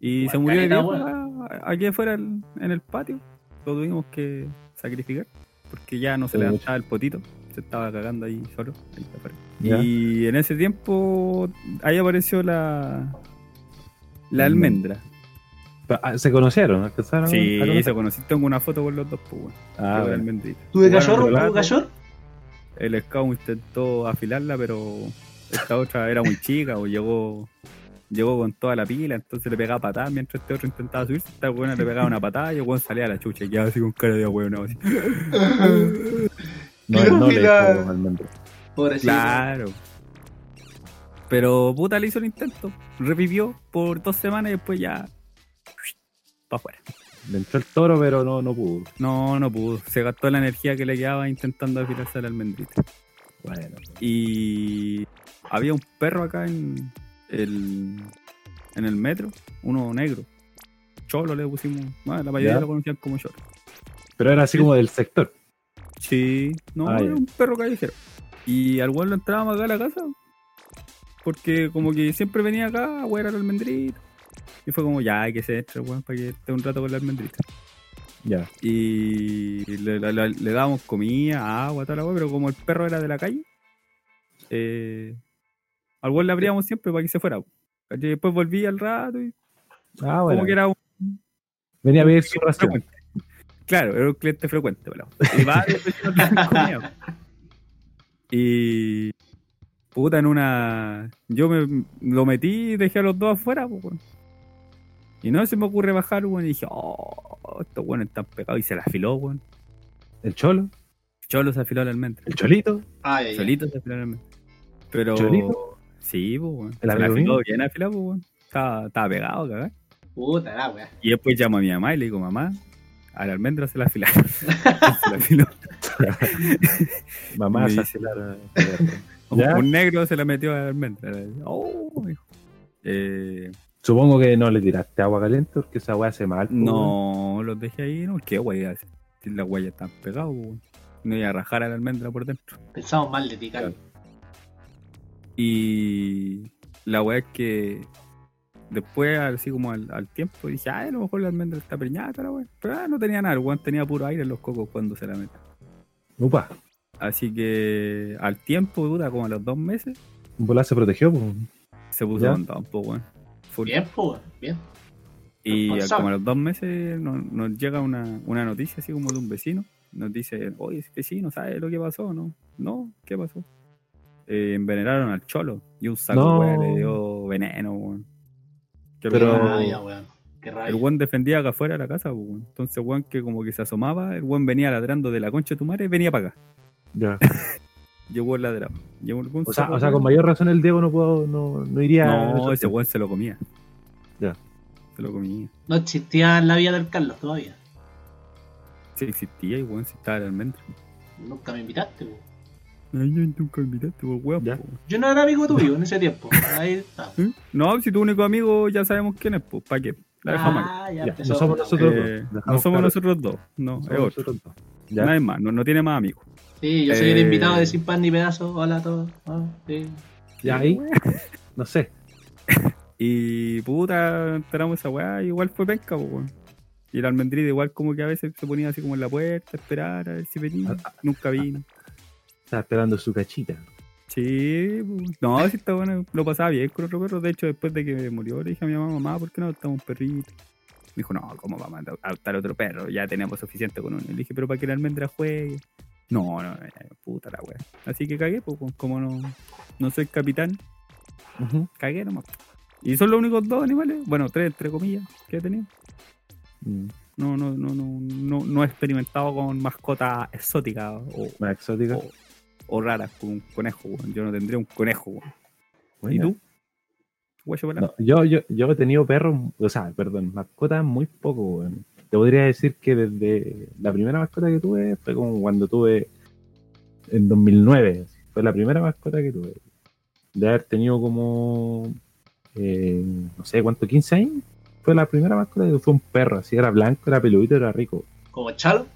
Speaker 3: y se
Speaker 1: Guau,
Speaker 3: murió de
Speaker 1: caleta,
Speaker 3: viejo a- aquí afuera el- en el patio. Lo tuvimos que sacrificar porque ya no se le
Speaker 2: Uy.
Speaker 3: levantaba el potito. Se estaba cagando ahí solo. Ahí afuera.
Speaker 2: ¿Ya?
Speaker 3: Y en ese tiempo ahí apareció la la almendra.
Speaker 2: Pero, ah, ¿Se conocieron? ¿Alcanzaron?
Speaker 3: Sí,
Speaker 2: a conocer?
Speaker 3: se conociste Tengo una foto con los dos, pues, bueno,
Speaker 2: Ah,
Speaker 3: con la
Speaker 2: bueno.
Speaker 3: almendrita.
Speaker 1: ¿Tuve
Speaker 2: Bueno,
Speaker 1: cachorro?
Speaker 2: relato.
Speaker 1: ¿Tuve cachorro?
Speaker 3: El scout intentó afilarla, pero esta otra era muy chica o llegó llegó con toda la pila, entonces le pegaba patadas mientras este otro intentaba subirse. Esta buena le pegaba una patada y el weón salía a la chucha y quedaba así con cara de huevo. Así.
Speaker 2: No,
Speaker 1: Creo
Speaker 2: no
Speaker 1: que
Speaker 2: le
Speaker 1: la-
Speaker 2: dijo Almendra.
Speaker 1: Pobrecito.
Speaker 3: Claro. Pero puta le hizo el intento. Revivió por dos semanas y después ya. para afuera.
Speaker 2: Le entró el toro, pero no, no pudo.
Speaker 3: No, no pudo. Se gastó la energía que le quedaba intentando afilarse a la almendrita.
Speaker 2: Bueno.
Speaker 3: Y había un perro acá en el, en el metro, uno negro. Cholo le pusimos. Bueno, la mayoría
Speaker 2: ¿Ya?
Speaker 3: lo conocían como Cholo.
Speaker 2: Pero era así como del sector.
Speaker 3: Sí, no,
Speaker 2: Ah,
Speaker 3: era
Speaker 2: ya.
Speaker 3: un perro callejero. Y al weón lo entrábamos acá a la casa. Porque como que siempre venía acá a huear al almendrito. Y fue como, ya, hay que se entre, weón, para que esté un rato con la almendrita.
Speaker 2: Ya.
Speaker 3: y le, le- le- le dábamos comida, agua, tal, pero como el perro era de la calle, eh, al weón le abríamos siempre para que se fuera. ¿cachai? después volvía al rato y
Speaker 2: Ah,
Speaker 3: como
Speaker 2: bueno.
Speaker 3: que era un
Speaker 2: Venía a ver su ración.
Speaker 3: frecuente. Claro, era un cliente frecuente, pelado. Y varios vecinos le daban comida. Y puta en una. Yo me lo metí y dejé a los dos afuera, po, weón. Y no se me ocurre bajar, weón. Y dije, oh, estos weones están pegados. Y se la afiló, weón.
Speaker 2: El cholo,
Speaker 3: Cholo se afiló la almendra.
Speaker 2: el cholito.
Speaker 1: Ay, ay, ay.
Speaker 3: Solito se afiló la almendra. Pero.
Speaker 2: ¿Cholito?
Speaker 3: Sí, pues, weón. Se
Speaker 2: ¿El
Speaker 3: la
Speaker 2: amigo
Speaker 3: afiló
Speaker 2: mío?
Speaker 3: bien afilado, pues, weón. Estaba, estaba pegado, cagá.
Speaker 1: Puta la wea.
Speaker 3: Y después llamo a mi mamá y le digo, mamá, a la almendra se la afilaron. se la afiló.
Speaker 2: Mamá,
Speaker 3: Me
Speaker 2: se
Speaker 3: dice-
Speaker 2: hace la- ¿Ya?
Speaker 3: Un negro se la metió a la almendra. Oh, hijo. Eh,
Speaker 2: Supongo que no le tiraste agua caliente porque esa weá hace mal. pues, weón.
Speaker 3: no, los dejé ahí, no, qué guay hace. Si las guayas están pegadas, pues, weón. no iba a rajar a la almendra por dentro.
Speaker 1: Pensamos mal de ti, Carlos.
Speaker 3: Y la weá es que después, así como al, al tiempo, dije, ay, a lo mejor la almendra está preñada, toda la weá. Pero ah, no tenía nada, el weón tenía puro aire en los cocos cuando se la metió.
Speaker 2: pues. Upa,
Speaker 3: Así que al tiempo, dura como a los dos meses,
Speaker 2: un bola se protegió. pues.
Speaker 3: se puso
Speaker 2: ¿Ya?
Speaker 3: condón, pues, weón. Full.
Speaker 1: Bien, po, weón, bien.
Speaker 3: Y a-
Speaker 1: Responsable.
Speaker 3: como a los dos meses nos, nos llega una, una noticia así como de un vecino nos dice, oye, es que sí, no sabe lo que pasó, ¿no? No, ¿qué pasó? Eh, envenenaron al cholo y un saco,
Speaker 2: No.
Speaker 3: weón, le dio veneno, weón. Que el
Speaker 2: Pero-
Speaker 1: Qué
Speaker 3: weón-
Speaker 1: rabia, weón. Qué rabia.
Speaker 3: el weón defendía acá afuera de la casa, pues, weón. Entonces, weón, que como que se asomaba, el weón venía ladrando de la concha de tu madre, venía para acá.
Speaker 2: Ya.
Speaker 3: Llegó el ladrado. Llegó el weón,
Speaker 2: O sea,
Speaker 3: sacó,
Speaker 2: o sea, con
Speaker 3: weón.
Speaker 2: mayor razón el Diego no, puedo, no, no iría.
Speaker 3: No, ese weón se lo comía.
Speaker 2: Ya.
Speaker 3: Se lo comía.
Speaker 1: No existía la vida del Carlos todavía.
Speaker 3: Si existía y weón, si estaba en el almendro.
Speaker 1: Nunca me invitaste, weón.
Speaker 3: Ay, no, nunca invitaste, weón, weón.
Speaker 2: Ya.
Speaker 3: po.
Speaker 1: Yo no era amigo tuyo en ese tiempo. Ahí está.
Speaker 3: ¿Eh? No, si tu único amigo ya sabemos quién es, pues, ¿para qué? La dejamos ahí.
Speaker 1: Ah, ya
Speaker 2: Ya, no
Speaker 1: empezó.
Speaker 2: somos nosotros
Speaker 3: Eh,
Speaker 2: dos. Dejamos
Speaker 3: no somos
Speaker 2: claro.
Speaker 3: nosotros dos, no, es otro.
Speaker 2: nosotros dos. Ya.
Speaker 3: Nadie más, no, no tiene más amigos.
Speaker 1: Sí, yo soy el
Speaker 3: Eh.
Speaker 1: invitado de Sin Pan ni Pedazo. Hola a todos. Ah, sí.
Speaker 2: Ya ahí, no sé.
Speaker 3: Y puta, enteramos esa weá, y igual fue penca, po, weón. Y el almendrida igual como que a veces se ponía así como en la puerta a esperar a ver si venía. Nunca vino.
Speaker 2: Estaba esperando su cachita.
Speaker 3: Sí, po. no, si está bueno, lo pasaba bien con otro perro. De hecho, después de que murió, le dije a mi mamá, mamá, ¿por qué no adoptamos un perrito? Me dijo, no, ¿cómo vamos a adoptar otro perro? Ya tenemos suficiente con uno. Le dije, pero para que la almendra juegue. No, no, eh, puta la weá. Así que cagué, pues, como no, no soy capitán, cagué nomás. Y son los únicos dos animales, bueno, tres entre comillas, que he tenido.
Speaker 2: Mm,
Speaker 3: No, no, no, no, no, no he experimentado con mascotas exóticas o,
Speaker 2: Más exótica.
Speaker 3: o, o raras con un conejo, weón. Yo no tendría un conejo, weón. Oh, ¿Y
Speaker 2: Buena.
Speaker 3: tú? Guacho para
Speaker 2: No, yo, yo, yo he tenido perros, o sea, perdón, mascotas muy poco, weón. Te podría decir que desde la primera mascota que tuve fue como cuando tuve en 2009. Fue la primera mascota que tuve. De haber tenido como, eh, no sé cuánto, 15 años. Fue la primera mascota que tuve, fue un perro, así era blanco, era peludito, era rico.
Speaker 1: Como Chalo.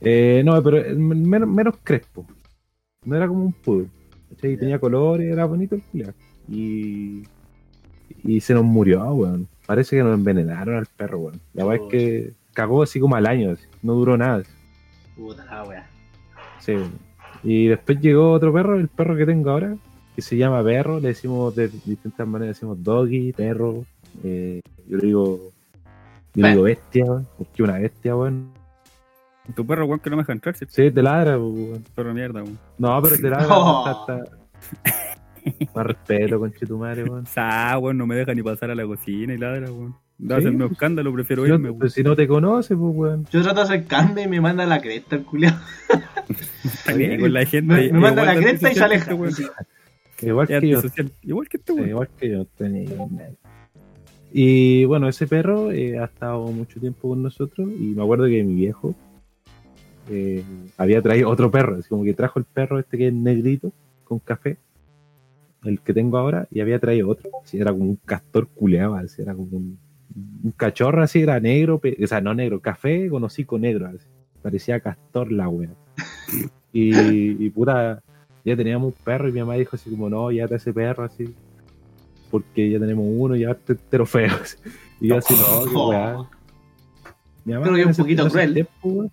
Speaker 2: Eh, no, pero eh, men- menos, menos crespo. No era como un poodle. ¿cachai?
Speaker 1: Ya.
Speaker 2: Tenía colores, era bonito el culiao. Y, y se nos murió, weón. Parece que nos envenenaron al perro, weón. La verdad es que cagó así como al año, así. no duró nada. así.
Speaker 1: Puta la wea.
Speaker 2: Sí, weón. Y después llegó otro perro, el perro que tengo ahora, que se llama perro. Le decimos de distintas maneras, decimos doggy, perro. eh, yo le digo, yo le digo bestia, weón, porque una bestia, weón.
Speaker 3: Tu perro, weón, que no me deja entrar, si es
Speaker 2: Sí, te ladra, pues, weón.
Speaker 3: perro de mierda, weón.
Speaker 2: No, pero te la
Speaker 1: No.
Speaker 2: hasta, hasta- Más respeto, conchetumare, weón.
Speaker 3: Sa, ah, weón, no me deja ni pasar a la cocina y ladra, weón. Da
Speaker 2: Sí,
Speaker 3: el mismo escándalo, prefiero
Speaker 2: Yo-
Speaker 3: irme, weón.
Speaker 2: pues si no te conoce, pues, weón.
Speaker 1: Yo trato de acercarme y me manda la cresta el culiao.
Speaker 3: Está bien con la gente.
Speaker 1: Me, me manda
Speaker 3: igual
Speaker 1: la
Speaker 3: de
Speaker 1: cresta y se
Speaker 3: antisocial que
Speaker 1: aleja.
Speaker 3: este, weón.
Speaker 1: Sí.
Speaker 2: Igual
Speaker 3: Es
Speaker 2: que yo.
Speaker 3: antisocial. Igual que este,
Speaker 2: sí,
Speaker 3: weón.
Speaker 2: Igual que yo. tenía- Y bueno, ese perro eh, ha estado mucho tiempo con nosotros. Y me acuerdo que mi viejo eh, había traído otro perro. Así como que trajo el perro este que es negrito, con café. El que tengo ahora. Y había traído otro. Así era como un castor culeado. Así era como un, un cachorro así. Era negro. pe- O sea, no negro. Café con hocico negro. así. Parecía castor la wea. Y, y puta, ya teníamos un perro. Y mi mamá dijo así como, no, ya te ese perro así porque ya tenemos uno y aparte entero feo. Y yo así, no, qué weá. Mi mamá
Speaker 1: Creo que
Speaker 2: en
Speaker 1: un
Speaker 2: ese-
Speaker 1: poquito
Speaker 2: en ese
Speaker 1: cruel.
Speaker 2: tiempo, weón.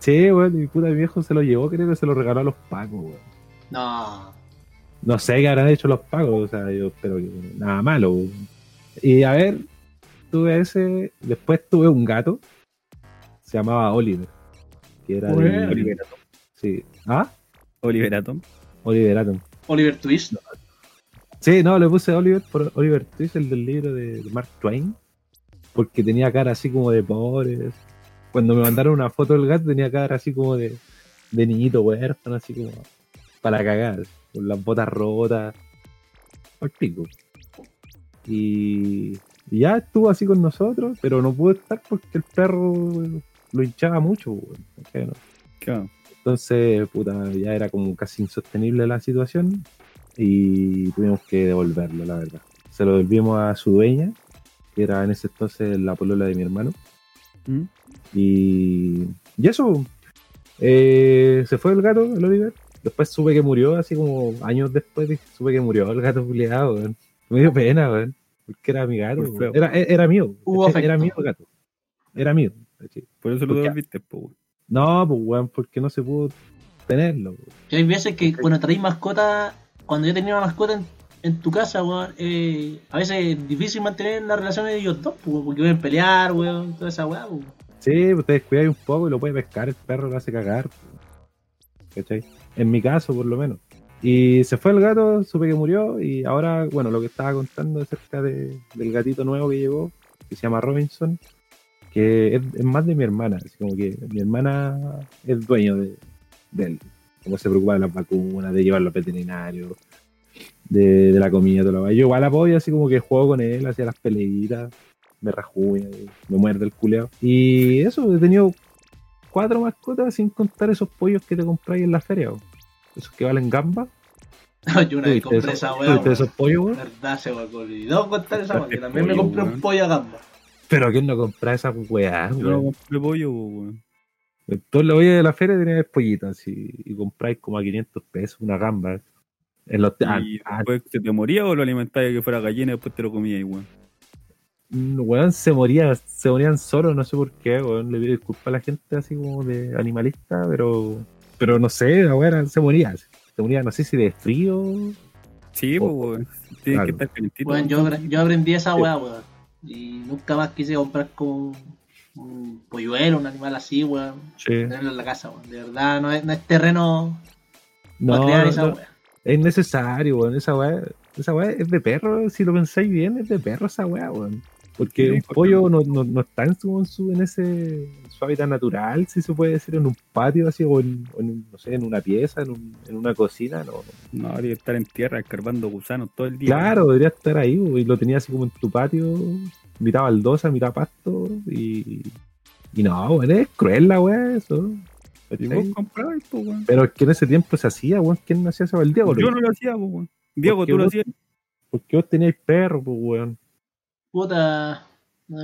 Speaker 2: Sí, weón, mi puta mi viejo se lo llevó, creo que se lo regaló a los pacos, weón.
Speaker 1: No.
Speaker 2: No sé qué habrán hecho los pacos, o sea, yo espero que nada malo, weón. Y a ver, tuve ese, después tuve un gato, se llamaba Oliver, que era de-
Speaker 1: Weón.
Speaker 3: Oliver Atom.
Speaker 2: Sí. ¿Ah?
Speaker 3: Oliver Atom.
Speaker 2: Oliver Atom.
Speaker 1: Oliver Twist.
Speaker 2: Sí, no, le puse Oliver por Oliver Twist, el del libro de de Mark Twain, porque tenía cara así como de pobre. Cuando me mandaron una foto del gato tenía cara así como de, de niñito huérfano, así como para cagar, con las botas rotas, al pico. Y, y ya estuvo así con nosotros, pero no pudo estar porque el perro lo hinchaba mucho. weón, ¿cachai? No-
Speaker 3: Claro.
Speaker 2: entonces, puta, ya era como casi insostenible la situación y tuvimos que devolverlo, la verdad. Se lo devolvimos a su dueña, que era en ese entonces la polola de mi hermano.
Speaker 3: ¿Mm?
Speaker 2: Y, y eso, eh, se fue el gato, el Oliver. Después supe que murió, así como años después, dije, supe que murió el gato culiado, weón. Me dio pena, weón. Porque era mi gato,
Speaker 3: Por
Speaker 2: weón.
Speaker 3: feo.
Speaker 2: era, era mío.
Speaker 1: Hubo
Speaker 2: ¿cachai? Era mío
Speaker 1: afecto.
Speaker 2: el gato. Era mío. ¿cachai?
Speaker 3: Por eso lo
Speaker 2: Porque-
Speaker 3: devolviste, po, weón.
Speaker 2: No, pues, weón, porque no se pudo tenerlo, weón.
Speaker 1: Yo hay veces que cuando traes mascota, cuando yo tenía una mascota en, en tu casa, weón, eh, a veces es difícil mantener la relación de ellos dos, pues, porque pueden pelear, weón, toda esa weá, pues.
Speaker 2: Sí, Sí, ustedes cuidáis un poco y lo puede pescar, el perro lo hace cagar. ¿Cachai? En mi caso, por lo menos. Y se fue el gato, supe que murió y ahora, bueno, lo que estaba contando acerca de- del gatito nuevo que llegó, que se llama Robinson, que es, es más de mi hermana, así como que mi hermana es dueño de, de él, como se preocupa de las vacunas, de llevarlo al veterinario, de, de la comida, todo lo demás. Yo igual apoyo, así como que juego con él, hacía las peleitas, me rajuña, me muerde el culeo. Y eso, he tenido cuatro mascotas sin contar esos pollos que te compráis en la feria, bo. esos que valen gamba.
Speaker 1: Yo una vez
Speaker 2: ¿Tuviste
Speaker 1: compré
Speaker 2: esos,
Speaker 1: esa weá.
Speaker 2: tuviste
Speaker 1: weón.
Speaker 2: esos pollos,
Speaker 1: La
Speaker 2: weón?
Speaker 1: verdad se me olvidó contar esa weá. que
Speaker 3: Compraste
Speaker 1: También me
Speaker 3: pollo,
Speaker 1: compré un
Speaker 3: weón.
Speaker 1: pollo a gamba.
Speaker 2: Pero ¿quién no compra esas weas,
Speaker 3: Yo no
Speaker 2: weón?
Speaker 3: compré pollo, weón.
Speaker 2: Todos los hoyos de la feria tenían pollitas y, y compráis como a 500 pesos una gamba. En los ah,
Speaker 3: Y
Speaker 2: ah,
Speaker 3: después se te moría o lo alimentabas que fuera gallina y después te lo comías, weón.
Speaker 2: mm, weón, se morían, se morían solos, no sé por qué, weón. Le pido disculpas a la gente así como de animalista, pero pero no sé, la wea era- se moría. Se moría, no sé si de frío.
Speaker 3: Sí, pues,
Speaker 2: Oh,
Speaker 3: weón. Tienes
Speaker 2: claro.
Speaker 3: que estar calentito.
Speaker 1: Weón, yo, apre- yo aprendí esa
Speaker 2: Sí.
Speaker 1: weá, weón. Y nunca más quise comprar como un polluelo, un animal así, weón.
Speaker 2: Sí.
Speaker 1: Tenerlo en la casa, weón. De verdad, no es, no es terreno
Speaker 2: No,
Speaker 1: para crear esa
Speaker 2: no,
Speaker 1: weá.
Speaker 2: es necesario, weón. Esa weá, esa weá es de perro, si lo pensáis bien, es de perro esa weá, weón. Porque
Speaker 3: Sí,
Speaker 2: un
Speaker 3: porque-
Speaker 2: pollo no, no, no está en su, en su- en ese en su hábitat natural, si se puede decir, en un patio así, o en, o en, no sé, en una pieza, en, un- en una cocina, no.
Speaker 3: No, habría que estar en tierra escarbando gusanos todo el día.
Speaker 2: Claro, debería estar ahí, weón, y lo tenía así como en tu patio, mitad baldosa, mitad pasto, y, y no, weón, es cruel la weá eso.
Speaker 3: Y
Speaker 2: ¿cachai?
Speaker 3: vos comprabas, pues, weón.
Speaker 2: Pero es que en ese tiempo se hacía, weón, ¿quién no hacía eso? El Diego,
Speaker 3: Yo
Speaker 2: weón.
Speaker 3: no lo hacía, pues, weón. Diego,
Speaker 2: Porque
Speaker 3: tú lo
Speaker 2: vos-
Speaker 3: hacías.
Speaker 2: porque vos teníais perro, pues, weón.
Speaker 1: Puta.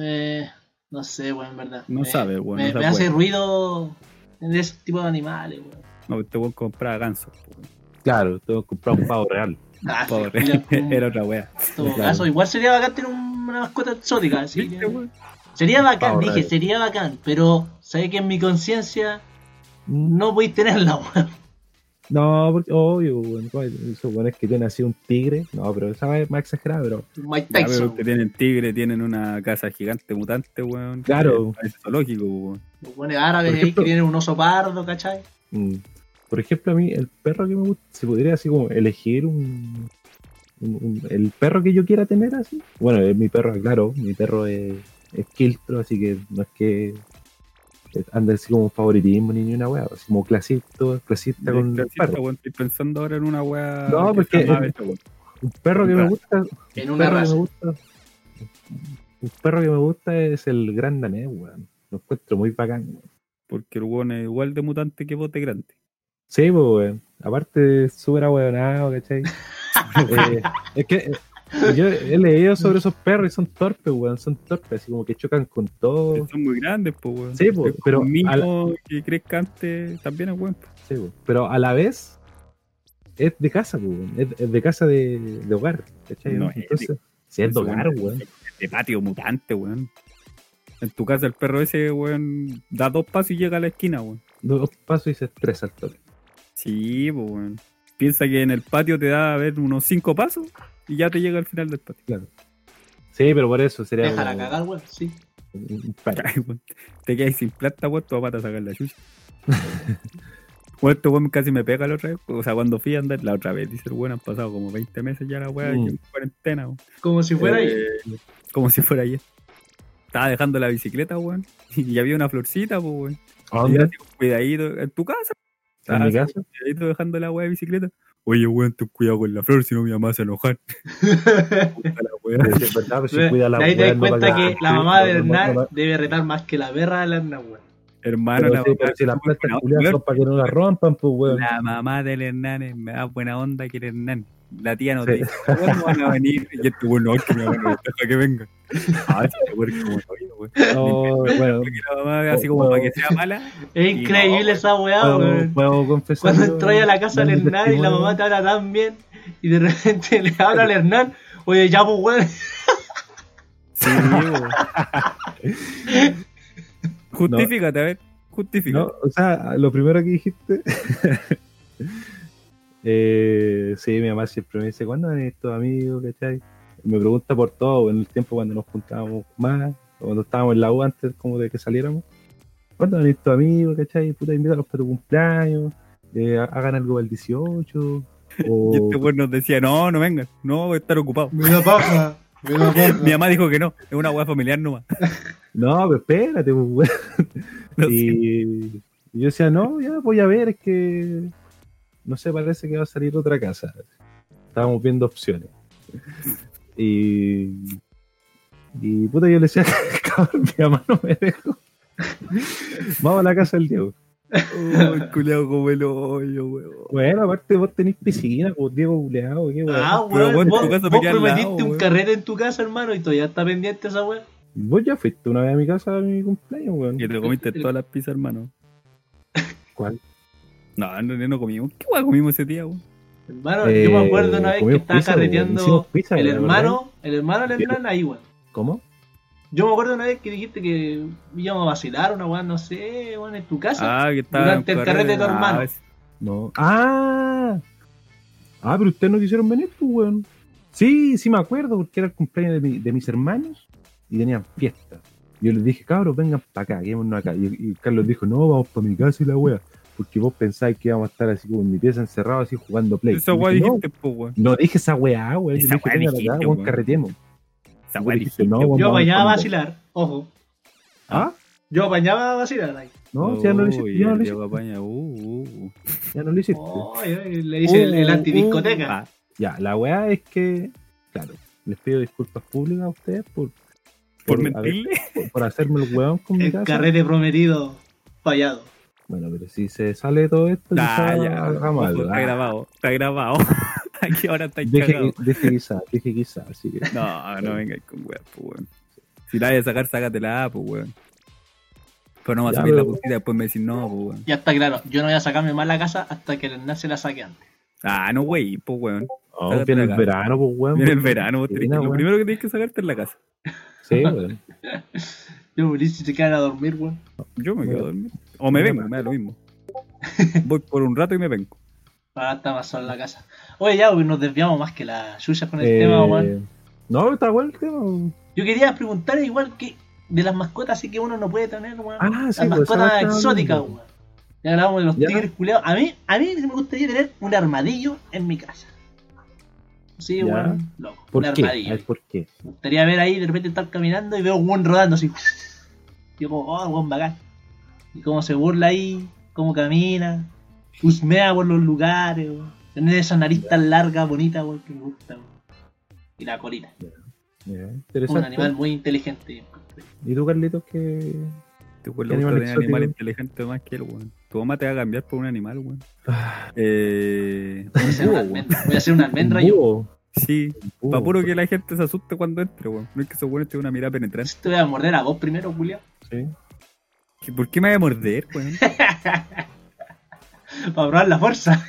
Speaker 1: eh, no sé, weón, en verdad.
Speaker 3: No
Speaker 1: me,
Speaker 3: sabe, weón,
Speaker 1: Me,
Speaker 3: no
Speaker 1: me
Speaker 3: se
Speaker 1: hace
Speaker 3: puede.
Speaker 1: ruido tener ese tipo de animales, weón.
Speaker 3: No, este weón compraba gansos, pues, weón.
Speaker 2: Claro, tengo que comprar un pavo real.
Speaker 1: Ah,
Speaker 3: Pobre.
Speaker 1: mira, como-
Speaker 3: Era otra wea.
Speaker 1: en todo
Speaker 2: claro.
Speaker 1: caso, igual sería bacán tener un- una mascota exótica. así
Speaker 3: ¿Viste,
Speaker 1: que-
Speaker 3: weón?
Speaker 1: Sería bacán,
Speaker 2: Pavo
Speaker 1: dije,
Speaker 2: real.
Speaker 1: sería bacán, pero sabes que en mi conciencia no voy a tenerla, weón.
Speaker 2: Mm, No, porque obvio, weón. Esos weones que tienen así un tigre. No, pero esa es más exagerada, pero.
Speaker 1: Mike
Speaker 3: Ya, pero
Speaker 1: Tyson.
Speaker 3: ustedes tienen tigre, tienen una casa gigante mutante, weón.
Speaker 2: Claro.
Speaker 3: Es zoológico, weón.
Speaker 1: Los buenos árabes
Speaker 2: Por
Speaker 1: ahí que
Speaker 2: ejemplo-
Speaker 1: tienen un oso pardo, ¿cachai?
Speaker 2: mm, Por ejemplo, a mí, el perro que me gusta, si pudiera así como elegir un. un- un- el perro que yo quiera tener así. Bueno, es mi perro, claro, mi perro es, es quiltro, así que no es que es- ande así como un favoritismo ni ni una wea, así como clasista, clasista
Speaker 3: De-
Speaker 2: con
Speaker 3: de-
Speaker 2: el perro.
Speaker 3: weón, Estoy pensando ahora en una wea.
Speaker 2: No,
Speaker 3: que
Speaker 2: porque-
Speaker 3: jamás he hecho, weón.
Speaker 2: Un perro que me
Speaker 3: Claro.
Speaker 2: gusta
Speaker 1: En
Speaker 2: Un
Speaker 1: una
Speaker 2: perro que
Speaker 1: raza.
Speaker 2: me gusta. Un perro que me gusta es el gran danés, weón. Lo encuentro muy bacán, weón.
Speaker 3: Porque el weón es igual de mutante que bote grande.
Speaker 2: Sí, pues, weón. Aparte, es súper ahueonado, ¿cachai? Eh, es que eh, yo he leído sobre esos perros y son torpes, weón. Son torpes, así como que chocan con todo.
Speaker 3: Son muy grandes, pues, weón.
Speaker 2: Oh. Sí, po,
Speaker 3: Es como
Speaker 2: pero
Speaker 3: Un niño
Speaker 2: a
Speaker 3: que crezca antes también es weón. po.
Speaker 2: Sí, po. pero a la vez es de casa, po, weón. es, es de casa de, de hogar, ¿cachai?
Speaker 3: No, es de-
Speaker 2: Entonces, si es de
Speaker 3: Eso,
Speaker 2: hogar, weón.
Speaker 3: De patio mutante, weón. En tu casa el perro ese, weón, da dos pasos y llega a la esquina, weón.
Speaker 2: Dos pasos y se estresa el toque.
Speaker 3: Sí, pues, weón. Piensa que en el patio te da a ver unos cinco pasos y ya te llega al final del patio.
Speaker 2: Sí, pero por eso sería.
Speaker 1: Déjala
Speaker 2: como
Speaker 1: cagar, weón, sí.
Speaker 2: un- un perro.
Speaker 3: Ay, weón. Te quedas sin plata, weón, tu papá te va a sacar la chucha. Weón, este weón casi me pega la otra vez. O sea, cuando fui a andar la otra vez, dice el weón, han pasado como 20 meses ya la weá,
Speaker 2: Mm.
Speaker 3: en cuarentena, weón.
Speaker 1: Como si fuera ahí.
Speaker 3: Eh, Como si fuera ayer. Estaba dejando la bicicleta, weón. Y había una florcita, pues, weón.
Speaker 2: ¿A
Speaker 3: Y yo
Speaker 2: dónde?
Speaker 3: así, Cuidadito, en tu casa.
Speaker 2: ¿En
Speaker 3: Ah,
Speaker 2: mi
Speaker 3: sí.
Speaker 2: casa?
Speaker 3: Cuidadito dejando la weá de bicicleta. Oye, weón, ten cuidado con la flor, si no mi mamá se enoja. Puta la weá.
Speaker 2: Es verdad, pero si cuida la
Speaker 1: De ahí te
Speaker 2: weá,
Speaker 1: das
Speaker 2: no
Speaker 1: cuenta
Speaker 2: va a-
Speaker 1: que la
Speaker 2: sí,
Speaker 1: mamá de
Speaker 2: no, no, no,
Speaker 1: Hernán
Speaker 2: no,
Speaker 1: debe retar más que la perra de la Hernán, weón.
Speaker 3: Hermano,
Speaker 2: pero
Speaker 3: la,
Speaker 2: sí,
Speaker 3: mamá,
Speaker 2: pero si las
Speaker 3: buena
Speaker 2: plantas culiadas
Speaker 3: onda,
Speaker 2: son para que no las rompan, pues weón.
Speaker 3: la mamá del Hernán es- me da buena onda que el Hernán. La tía no
Speaker 2: Sí.
Speaker 3: te dice, ¿cuándo van a venir? Y este bueno, que me van a molestar para que venga. Ah, este weón es como oído, weón.
Speaker 2: No, bueno,
Speaker 3: Porque la mamá, así como para que sea mala,
Speaker 1: Es
Speaker 3: no,
Speaker 1: increíble
Speaker 4: pues,
Speaker 1: esa
Speaker 3: weón.
Speaker 1: weá,
Speaker 2: puedo,
Speaker 1: weón.
Speaker 2: puedo confesar.
Speaker 1: Cuando
Speaker 2: yo-
Speaker 1: entras a la casa
Speaker 2: mi
Speaker 1: del Hernán y la
Speaker 2: testimonio.
Speaker 1: mamá te habla tan bien y de repente le habla al Hernán, oye, ya pues weón.
Speaker 3: Sí, weón. Justifícate, a ver. Justifícate.
Speaker 2: No, o sea, lo primero que dijiste. eh, sí, mi mamá siempre me dice: ¿Cuándo van estos amigos? ¿Cachai? Me pregunta por todo, en el tiempo cuando nos juntábamos más, o cuando estábamos en la U antes, como de que saliéramos. ¿Cuándo van a ir tus amigos, cachai? Puta, invítalos para tu cumpleaños, eh, ha- hagan algo para el 18.
Speaker 3: Y
Speaker 2: O,
Speaker 3: este weón nos decía, no, no vengan, no voy a estar ocupado.
Speaker 4: Me da paja. Me da paja.
Speaker 3: Mi mamá dijo que no, es una weá familiar nomás.
Speaker 2: no, pero espérate, pues, weón.
Speaker 3: No sé.
Speaker 2: Y y yo decía, no, ya voy a ver, es que no sé, parece que va a salir otra casa. Estábamos viendo opciones. Y, y puta, yo le decía, cabrón, mi mamá no me dejó. Vamos a la casa del Diego.
Speaker 3: Oh, el culiao como el hoyo, weón.
Speaker 2: Bueno, aparte vos tenés piscina, pues Diego buleado, qué weón.
Speaker 1: Ah,
Speaker 3: Pero,
Speaker 1: weón,
Speaker 3: weón,
Speaker 1: vos,
Speaker 3: tu casa me
Speaker 1: vos
Speaker 3: queda al
Speaker 1: prometiste
Speaker 3: lado,
Speaker 1: un
Speaker 3: weón.
Speaker 1: carrete en tu casa, hermano, y todavía está pendiente esa weón.
Speaker 2: Vos ya fuiste una vez a mi casa a mi cumpleaños, weón.
Speaker 3: Y te comiste todas las pizzas, hermano.
Speaker 2: ¿Cuál?
Speaker 3: No, no, no comimos. ¿Qué weá comimos ese día, weón?
Speaker 1: Hermano, yo me acuerdo una vez
Speaker 2: Eh,
Speaker 1: que
Speaker 2: comimos
Speaker 1: estaba
Speaker 2: pizza, weón. Hicimos
Speaker 1: carreteando
Speaker 2: pizza,
Speaker 1: el
Speaker 2: weón, ¿verdad?
Speaker 1: hermano, el hermano del Hernán ahí, weón.
Speaker 2: ¿Cómo?
Speaker 1: Yo me acuerdo una vez que dijiste que íbamos a vacilar una weón, no sé, weón, en tu casa.
Speaker 3: Ah, que estaba.
Speaker 1: Durante
Speaker 3: en
Speaker 1: el carrete de tu
Speaker 3: Ah,
Speaker 1: hermano.
Speaker 3: ese-
Speaker 2: No. ¡Ah! Ah, pero ustedes no quisieron venir, pues, weón. Sí, sí me acuerdo, porque era el cumpleaños de, mi- de mis hermanos y tenían fiesta. Yo les dije, cabros, vengan para acá, quedémonos acá. Y, y Carlos dijo, no, vamos para mi casa y la wea. Porque vos pensáis que íbamos a estar así como en mi pieza encerrados, así jugando play.
Speaker 3: Esa
Speaker 2: Y
Speaker 3: weá
Speaker 2: dije, no,
Speaker 3: dijiste, po, weón.
Speaker 2: no dije esa weá, weón. Yo
Speaker 3: Esa
Speaker 2: le dije,
Speaker 3: weá
Speaker 2: vengan
Speaker 3: dijiste,
Speaker 2: acá, weón,
Speaker 3: weón.
Speaker 2: carretemos.
Speaker 3: Esa weá
Speaker 2: dijiste,
Speaker 3: dijiste.
Speaker 2: no,
Speaker 3: po.
Speaker 2: vamos
Speaker 1: yo apañaba a
Speaker 2: vamos.
Speaker 1: vacilar, ojo.
Speaker 2: ¿Ah?
Speaker 1: Yo apañaba a vacilar ahí.
Speaker 2: No, si ya no lo
Speaker 3: Uy,
Speaker 2: hiciste, ya no
Speaker 3: el
Speaker 2: lo
Speaker 3: Diego
Speaker 2: hiciste.
Speaker 3: Apaña, uh, uh, uh.
Speaker 2: Ya no lo hiciste.
Speaker 1: Oh, eh, le hice el, el
Speaker 2: Oh,
Speaker 3: Uh,
Speaker 1: antidiscoteca.
Speaker 3: uh, ah,
Speaker 2: Ya, la weá es que, claro, les pido disculpas públicas a ustedes por,
Speaker 3: Por
Speaker 2: a ver,
Speaker 3: mentirle.
Speaker 2: por, por hacerme el weón con oh, mi
Speaker 1: el
Speaker 2: casa.
Speaker 1: carrete prometido fallado.
Speaker 2: Bueno, pero si se sale todo esto,
Speaker 3: Ah,
Speaker 2: quizá
Speaker 3: ya.
Speaker 2: hagamos
Speaker 3: Ojo,
Speaker 2: algo.
Speaker 3: Está
Speaker 2: Ah,
Speaker 3: grabado, está grabado. Aquí ahora está
Speaker 2: Deje,
Speaker 3: cagado.
Speaker 2: deje quizá, deje quizá, así que.
Speaker 3: No, ah, no venga con weas, pues weón. Si la vas a sacar, sácatela, pues weón. Pero no vas a
Speaker 2: Ya,
Speaker 3: subir la
Speaker 2: pero-
Speaker 3: puntita y después me decís no, pues weón.
Speaker 1: Ya está claro, yo no voy a sacarme más la casa hasta que el Hernán se la saque antes.
Speaker 3: Ah, no, wey, pues weón.
Speaker 2: Oh, viene el
Speaker 3: acá.
Speaker 2: verano, pues weón.
Speaker 3: Viene el verano, vos tenés que-
Speaker 2: Mira,
Speaker 3: lo
Speaker 2: weón.
Speaker 3: primero que tenés que sacarte es la casa.
Speaker 2: Sí, weón.
Speaker 1: Yo me si se quedan a dormir, weón.
Speaker 3: Yo me quedo
Speaker 2: Mira.
Speaker 3: a dormir. O me
Speaker 2: Mira,
Speaker 3: vengo, me da lo mismo. Voy por un rato y me vengo.
Speaker 1: Ahora está más solo en la casa. Oye, ya weón, nos desviamos más que las suyas con el
Speaker 2: Eh,
Speaker 1: tema, weón.
Speaker 2: No, está bueno el tema. weón.
Speaker 1: Yo quería preguntar igual que de las mascotas así que uno no puede tener, weón.
Speaker 2: Ah, sí,
Speaker 1: las
Speaker 2: pues, ahora
Speaker 1: mascotas
Speaker 2: está
Speaker 1: exóticas,
Speaker 2: hablando.
Speaker 1: weón. Ya hablamos de los
Speaker 2: Ya.
Speaker 1: tigres culeados. A mí, a mí me gustaría tener un armadillo en mi casa. Sí,
Speaker 2: Ya.
Speaker 1: weón, loco. un
Speaker 2: ¿Por qué? A
Speaker 1: armadillo.
Speaker 2: ver, ¿por qué?
Speaker 1: Me gustaría ver ahí de repente estar caminando y veo un buen rodando así. Y yo como, oh, buen bacán. Y cómo se burla ahí, cómo camina, husmea por los lugares, weón. Tener esa nariz tan larga, bonita, weón, que me gusta, weón. Y la colita.
Speaker 2: Mira,
Speaker 1: Un
Speaker 2: interesante.
Speaker 1: animal muy inteligente.
Speaker 2: ¿Y tú, Carlitos, qué?
Speaker 3: Te weón
Speaker 2: ¿Qué
Speaker 3: le gusta
Speaker 2: animal
Speaker 3: tener animal
Speaker 2: exótico?
Speaker 3: inteligente más que él, weón. Tu mamá te va a cambiar por un animal, weón.
Speaker 2: Ah,
Speaker 3: Eh.
Speaker 1: Voy a hacer una almendra, voy a hacer una almendra y yo
Speaker 2: búho,
Speaker 3: Sí,
Speaker 2: búho.
Speaker 3: Pa' puro que la gente se asuste cuando entre, weón. No es que esos weones tengan una mirada penetrante.
Speaker 1: te voy a morder a vos primero, Julio.
Speaker 2: Sí.
Speaker 3: ¿Que ¿Por qué me voy a morder, weón?
Speaker 1: Para probar la fuerza.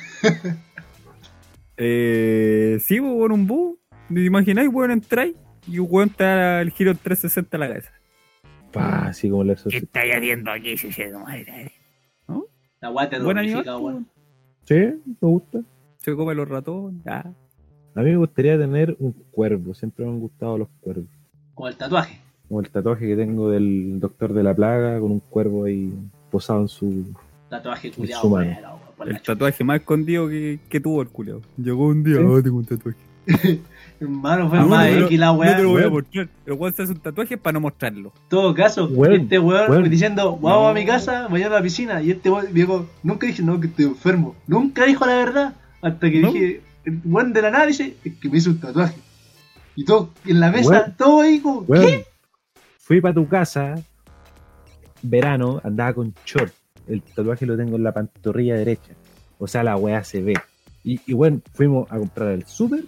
Speaker 3: eh, sí, weón, un búho. ¿Te imagináis, weón, entráis y un weón te da el giro 360 a la cabeza?
Speaker 2: Pa, así como el exorcista.
Speaker 3: estáis haciendo aquí, si se madre?
Speaker 1: La weá te
Speaker 3: Buen animal,
Speaker 1: domestificado, weón.
Speaker 3: weón.
Speaker 2: Sí, me gusta.
Speaker 3: Se come los ratones. Ah.
Speaker 2: A mí me gustaría tener un cuervo, siempre me han gustado los cuervos.
Speaker 1: Como el tatuaje.
Speaker 2: Como el tatuaje que tengo del Doctor de la Plaga con un cuervo ahí posado en su.
Speaker 1: Tatuaje culiado,
Speaker 2: Suma.
Speaker 1: weón. por la
Speaker 3: El tatuaje más escondido que, que tuvo el culiao. Llegó un día,
Speaker 2: Sí.
Speaker 3: oh, tengo un tatuaje.
Speaker 1: chucha. Hermano, fue
Speaker 3: Ah,
Speaker 1: más
Speaker 3: bueno,
Speaker 1: X la
Speaker 3: No
Speaker 1: weá.
Speaker 3: te lo voy a
Speaker 2: weón.
Speaker 3: mostrar. El weón se hace un tatuaje para no mostrarlo.
Speaker 1: todo caso,
Speaker 2: Weón,
Speaker 1: este weón,
Speaker 2: weón.
Speaker 1: diciendo, vamos
Speaker 3: No.
Speaker 1: a mi casa, mañana a la piscina. Y este weón dijo, nunca dije, no, que estoy enfermo. Nunca dijo la verdad. Hasta que
Speaker 3: No.
Speaker 1: dije, el weón de la nada dice, es que me hizo un tatuaje. Y todo, en la mesa,
Speaker 2: Weón.
Speaker 1: todo ahí como,
Speaker 2: Weón,
Speaker 1: ¿qué?
Speaker 2: Fui para tu casa, verano, andaba con short. El tatuaje lo tengo en la pantorrilla derecha. O sea, la weá se ve. Y, y bueno, fuimos a comprar al súper.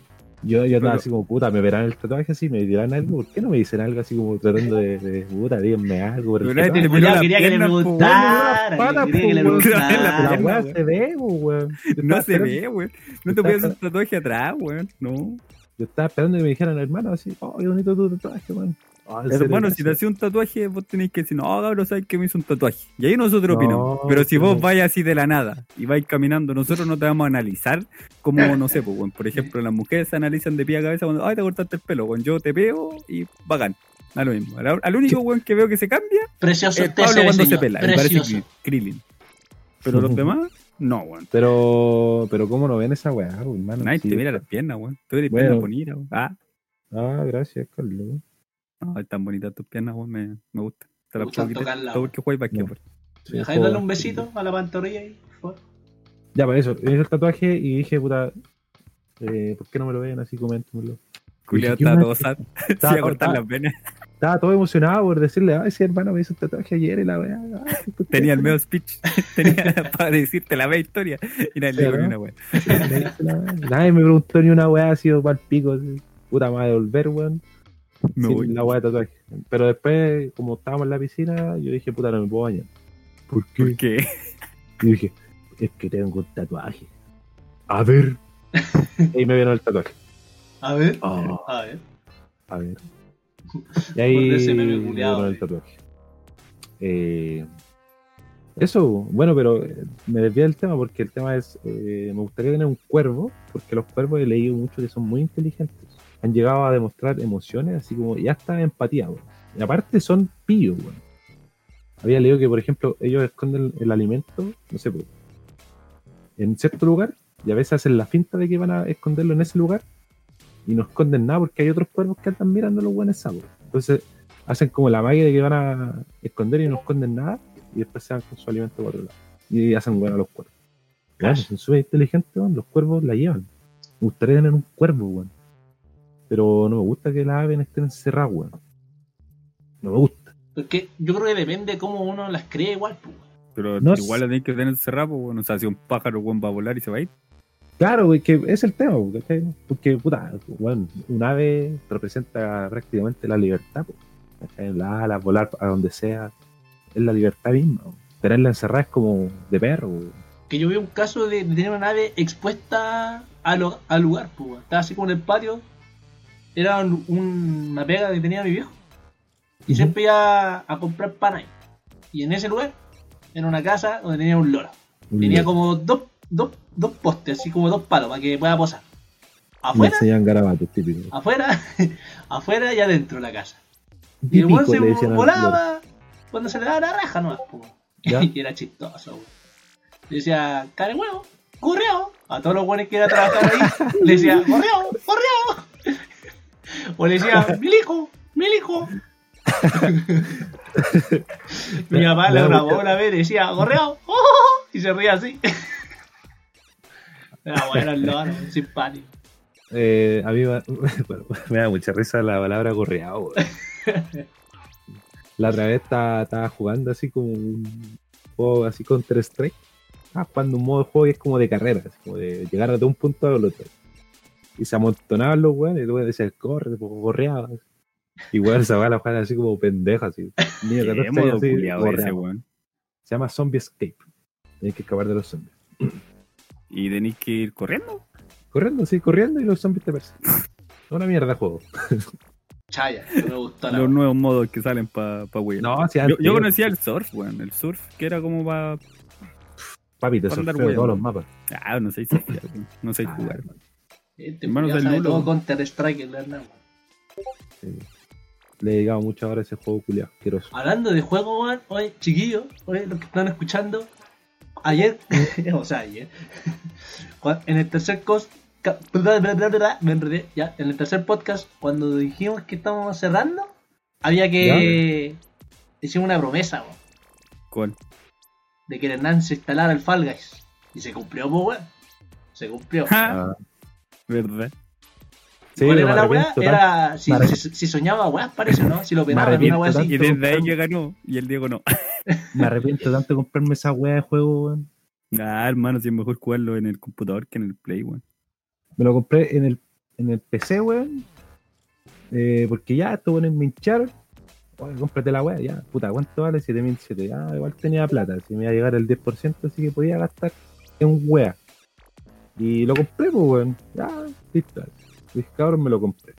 Speaker 2: Yo, yo estaba
Speaker 3: Pero-
Speaker 2: así como, puta, me verán el tatuaje así, me dirán algo. ¿Por qué no me dicen algo así como tratando de, de, puta, díganme algo? por el
Speaker 3: Pero nadie
Speaker 2: tatuaje?
Speaker 1: El
Speaker 3: te
Speaker 1: culiao
Speaker 3: miró las
Speaker 1: quería que le
Speaker 3: piernas, po, weón,
Speaker 1: preguntara,
Speaker 2: miró las patas,
Speaker 1: quería que le
Speaker 2: po, weón.
Speaker 1: preguntara.
Speaker 2: La
Speaker 3: Ah,
Speaker 2: weá
Speaker 3: weón.
Speaker 2: se ve, po, weón. Yo
Speaker 3: No
Speaker 2: estaba
Speaker 3: se
Speaker 2: esperando-
Speaker 3: ve, weón. No te voy a hacer un tatuaje atrás, weón. No.
Speaker 2: Yo estaba esperando que me dijeran, hermano, así, oh, qué bonito tu tatuaje, weón. Oh, en serio,
Speaker 3: Hermano, si te
Speaker 2: gracias.
Speaker 3: hacía un tatuaje, vos tenés que decir, no, cabrón, sabes que me hizo un tatuaje. Y ahí nosotros
Speaker 2: No,
Speaker 3: opinamos. Pero si
Speaker 2: sí,
Speaker 3: vos
Speaker 2: no.
Speaker 3: vais así de la nada y vais caminando, nosotros no te vamos a analizar como, no sé, pues, weón, por ejemplo, las mujeres se analizan de pie a cabeza cuando, ay, te cortaste el pelo, weón, yo te veo y bacán. Da lo mismo. Al, al único weón que veo que se cambia
Speaker 1: Precioso
Speaker 3: es
Speaker 1: usted,
Speaker 3: Eh, Pablo
Speaker 1: ese
Speaker 3: cuando se
Speaker 1: señor.
Speaker 3: pela. Me parece
Speaker 1: Precioso.
Speaker 3: que Krillin. Pero los demás, no, weón.
Speaker 2: Pero, pero ¿cómo no ven esa weá, weón, hermano?
Speaker 3: Nadie
Speaker 2: Sí.
Speaker 3: te mira las piernas, weón. Tú eres
Speaker 2: Bueno.
Speaker 3: piernas bonitas, weón. Ah,
Speaker 2: Ah, gracias, Carlos.
Speaker 3: no, están bonitas tus piernas, weón. Me, me gustan. Te
Speaker 1: Me
Speaker 3: las
Speaker 1: gusta
Speaker 3: puedo quitar.
Speaker 1: tocarlas,
Speaker 3: Todo porque juegas basquetbol.
Speaker 2: Sí,
Speaker 1: ¿Dejáis darle un
Speaker 2: joder.
Speaker 1: besito a la pantorrilla ahí? por favor?
Speaker 2: Ya, para eso, me hice el tatuaje y dije, puta, eh, ¿por qué no me lo ven? Así coméntenmelo.
Speaker 3: Culeado
Speaker 2: Dije, ¿qué
Speaker 3: está
Speaker 2: más?
Speaker 3: todo sad. Se
Speaker 2: Estaba
Speaker 3: va a cortar
Speaker 2: cortado.
Speaker 3: las venas.
Speaker 2: Estaba todo emocionado por decirle, ay, sí, hermano, me hizo el tatuaje ayer y la weá. ay, ¿por qué?
Speaker 3: Tenía el medio speech. Tenía para decirte la media historia. Y nadie le dijo
Speaker 2: Claro.
Speaker 3: ni una weón.
Speaker 2: Me hizo la weá. Nadie me preguntó ni una weá, ha sido pal pico. así. Puta, me va a devolver, weón.
Speaker 3: Me
Speaker 2: sin
Speaker 3: voy.
Speaker 2: La weá de tatuaje. Pero después, como estábamos en la piscina, yo dije, puta, no me puedo bañar. ¿Por qué?
Speaker 3: Porque
Speaker 2: Y dije, es que tengo un tatuaje. A ver. y me vieron el tatuaje.
Speaker 1: A ver,
Speaker 2: Ah,
Speaker 1: a ver.
Speaker 2: a ver. Y ahí
Speaker 1: Por ese meme
Speaker 2: me
Speaker 1: culiao,
Speaker 2: vieron el
Speaker 1: eh.
Speaker 2: tatuaje. Eh, eso, bueno, pero eh, me desvié del tema porque el tema es, eh, me gustaría tener un cuervo, porque los cuervos he leído mucho que son muy inteligentes. Han llegado a demostrar emociones, así como, ya está empatía, weón. Y aparte son pillos, weón. Había leído que, por ejemplo, ellos esconden el alimento, no sé, pues, en cierto lugar, y a veces hacen la finta de que van a esconderlo en ese lugar, y no esconden nada porque hay otros cuervos que están mirando los buenos sapos. Entonces, hacen como la magia de que van a esconder y no esconden nada, y después se van con su alimento para otro lado. Y hacen bueno a los cuervos. Claro, son súper inteligentes, weón, los cuervos la llevan. Me gustaría tener un cuervo, weón. Pero no me gusta que las aves estén encerradas, weón. No me gusta.
Speaker 1: Porque yo creo que depende cómo uno las cree igual. pues.
Speaker 3: Pero
Speaker 2: No
Speaker 3: igual
Speaker 2: sé.
Speaker 3: lo tenés que tener cerrado, pues, bueno, o sea, si un pájaro weón va a volar y se va a ir.
Speaker 2: Claro, güey, que es el tema, güey, ¿cachai? Porque, puta, bueno, un ave representa prácticamente la libertad, pues, ¿cachai? Las alas, volar a donde sea, es la libertad misma. güey. Tenerla encerrada es como de perro, güey.
Speaker 1: Que yo vi un caso de, de tener una nave expuesta a lo- al lugar. pues, weón. Estaba así como en el patio. Era un- una pega que tenía mi viejo. Y siempre iba a comprar pan ahí. Y en ese lugar, era una casa donde tenía un loro.
Speaker 2: Mm.
Speaker 1: Tenía como dos, dos, dos postes, así como dos palos para que pueda posar.
Speaker 2: Me
Speaker 1: Afuera,
Speaker 2: enseñan garabatos, típico.
Speaker 1: afuera, afuera y adentro de la casa. Y el weón
Speaker 2: Típico,
Speaker 1: se
Speaker 2: le decían a los loros,
Speaker 1: volaba cuando se le daba la raja nomás, po.
Speaker 2: ¿ya?
Speaker 1: Y era chistoso, weón. Le decía, cara de huevo, correo. A todos los buenos que iban a trabajar ahí, le decía, correo, correo. O le decía, milico, milico. Mi papá
Speaker 2: Me
Speaker 1: le
Speaker 2: da
Speaker 1: grabó
Speaker 2: mucha-
Speaker 1: una vez y decía, correo, oh, oh, oh", y se ría así. Era bueno el loro, simpático.
Speaker 2: Eh, a mí va- bueno, me da mucha risa la palabra gorreado. güey. la otra vez estaba, estaba jugando así como un juego así Counter Strike. Estaba jugando un modo de juego que es como de carrera, así como de llegar de un punto al otro. Y se amontonaban los weones y luego decían, corre, po, gorreado. Y weón se va a la jugada así como pendeja, así. Niño de 14
Speaker 3: Qué modo
Speaker 2: años, así,
Speaker 3: culiao ese,
Speaker 2: gorreado.
Speaker 3: weón.
Speaker 2: Se llama Zombie Escape. Tienes que escapar de los zombies.
Speaker 3: Y tenés que ir corriendo.
Speaker 2: Corriendo, sí, corriendo y los zombies te persiguen. Una mierda de juego.
Speaker 1: Chaya, no me gustó la
Speaker 3: Los nuevos modos que salen para pa weón.
Speaker 2: No, sí,
Speaker 3: yo, yo
Speaker 2: antiguo.
Speaker 3: conocía el surf, weón. El surf que era como para.
Speaker 2: Papi, te
Speaker 3: Para
Speaker 2: sorteo
Speaker 3: andar
Speaker 2: todos
Speaker 3: hueando.
Speaker 2: los mapas.
Speaker 3: Ah, no sé surfear, weón. No
Speaker 2: Ah.
Speaker 3: sé jugar.
Speaker 1: Este
Speaker 3: Hermano
Speaker 1: culiao
Speaker 3: del
Speaker 1: sabe
Speaker 3: Lulo.
Speaker 1: todo Counter Strike, el Hernán.
Speaker 2: Le he dedicado muchas horas a ese juego culiado asqueroso.
Speaker 1: Hablando de juego, weón, oye, chiquillos, oye, los que están escuchando, ayer, o sea, ayer, cua- en el tercer cos, ca- bla, bla, bla, bla, me enredé, ya, en el tercer podcast, cuando dijimos que estábamos cerrando, había que. Hicimos una promesa, weón,
Speaker 3: ¿Cuál?
Speaker 1: de que el Hernán se instalara el Fall Guys. Y se cumplió, pues, weón. Se cumplió.
Speaker 2: Ah.
Speaker 3: Ja, ¿Verdad?
Speaker 2: Sí,
Speaker 1: ¿Cuál
Speaker 2: pero
Speaker 1: Ah, era
Speaker 2: me
Speaker 1: la weá?
Speaker 2: arrepiento tanto.
Speaker 1: Era si,
Speaker 2: me arrep-
Speaker 1: si- si soñaba weá, parece, ¿no? Si lo penaba en una
Speaker 2: arrepiento
Speaker 1: weá así.
Speaker 2: tanto.
Speaker 3: Y desde ahí yo ganó. Y el Diego no.
Speaker 2: Me arrepiento tanto de comprarme esa weá de juego, weón.
Speaker 3: Ah, hermano, si es mejor jugarlo en el computador que en el Play, weón.
Speaker 2: Me lo compré en el, en el PC, weón. Eh, porque ya, estos weones me hincharon. Oye, cómprate la weá, ya. Puta, ¿cuánto vale? 7007. Ah, igual tenía plata. Si me iba a llegar el 10%, así que podía gastar en weá. Y lo compré, pues, weón. Ya, listo. Dije, cabrón, me lo compré.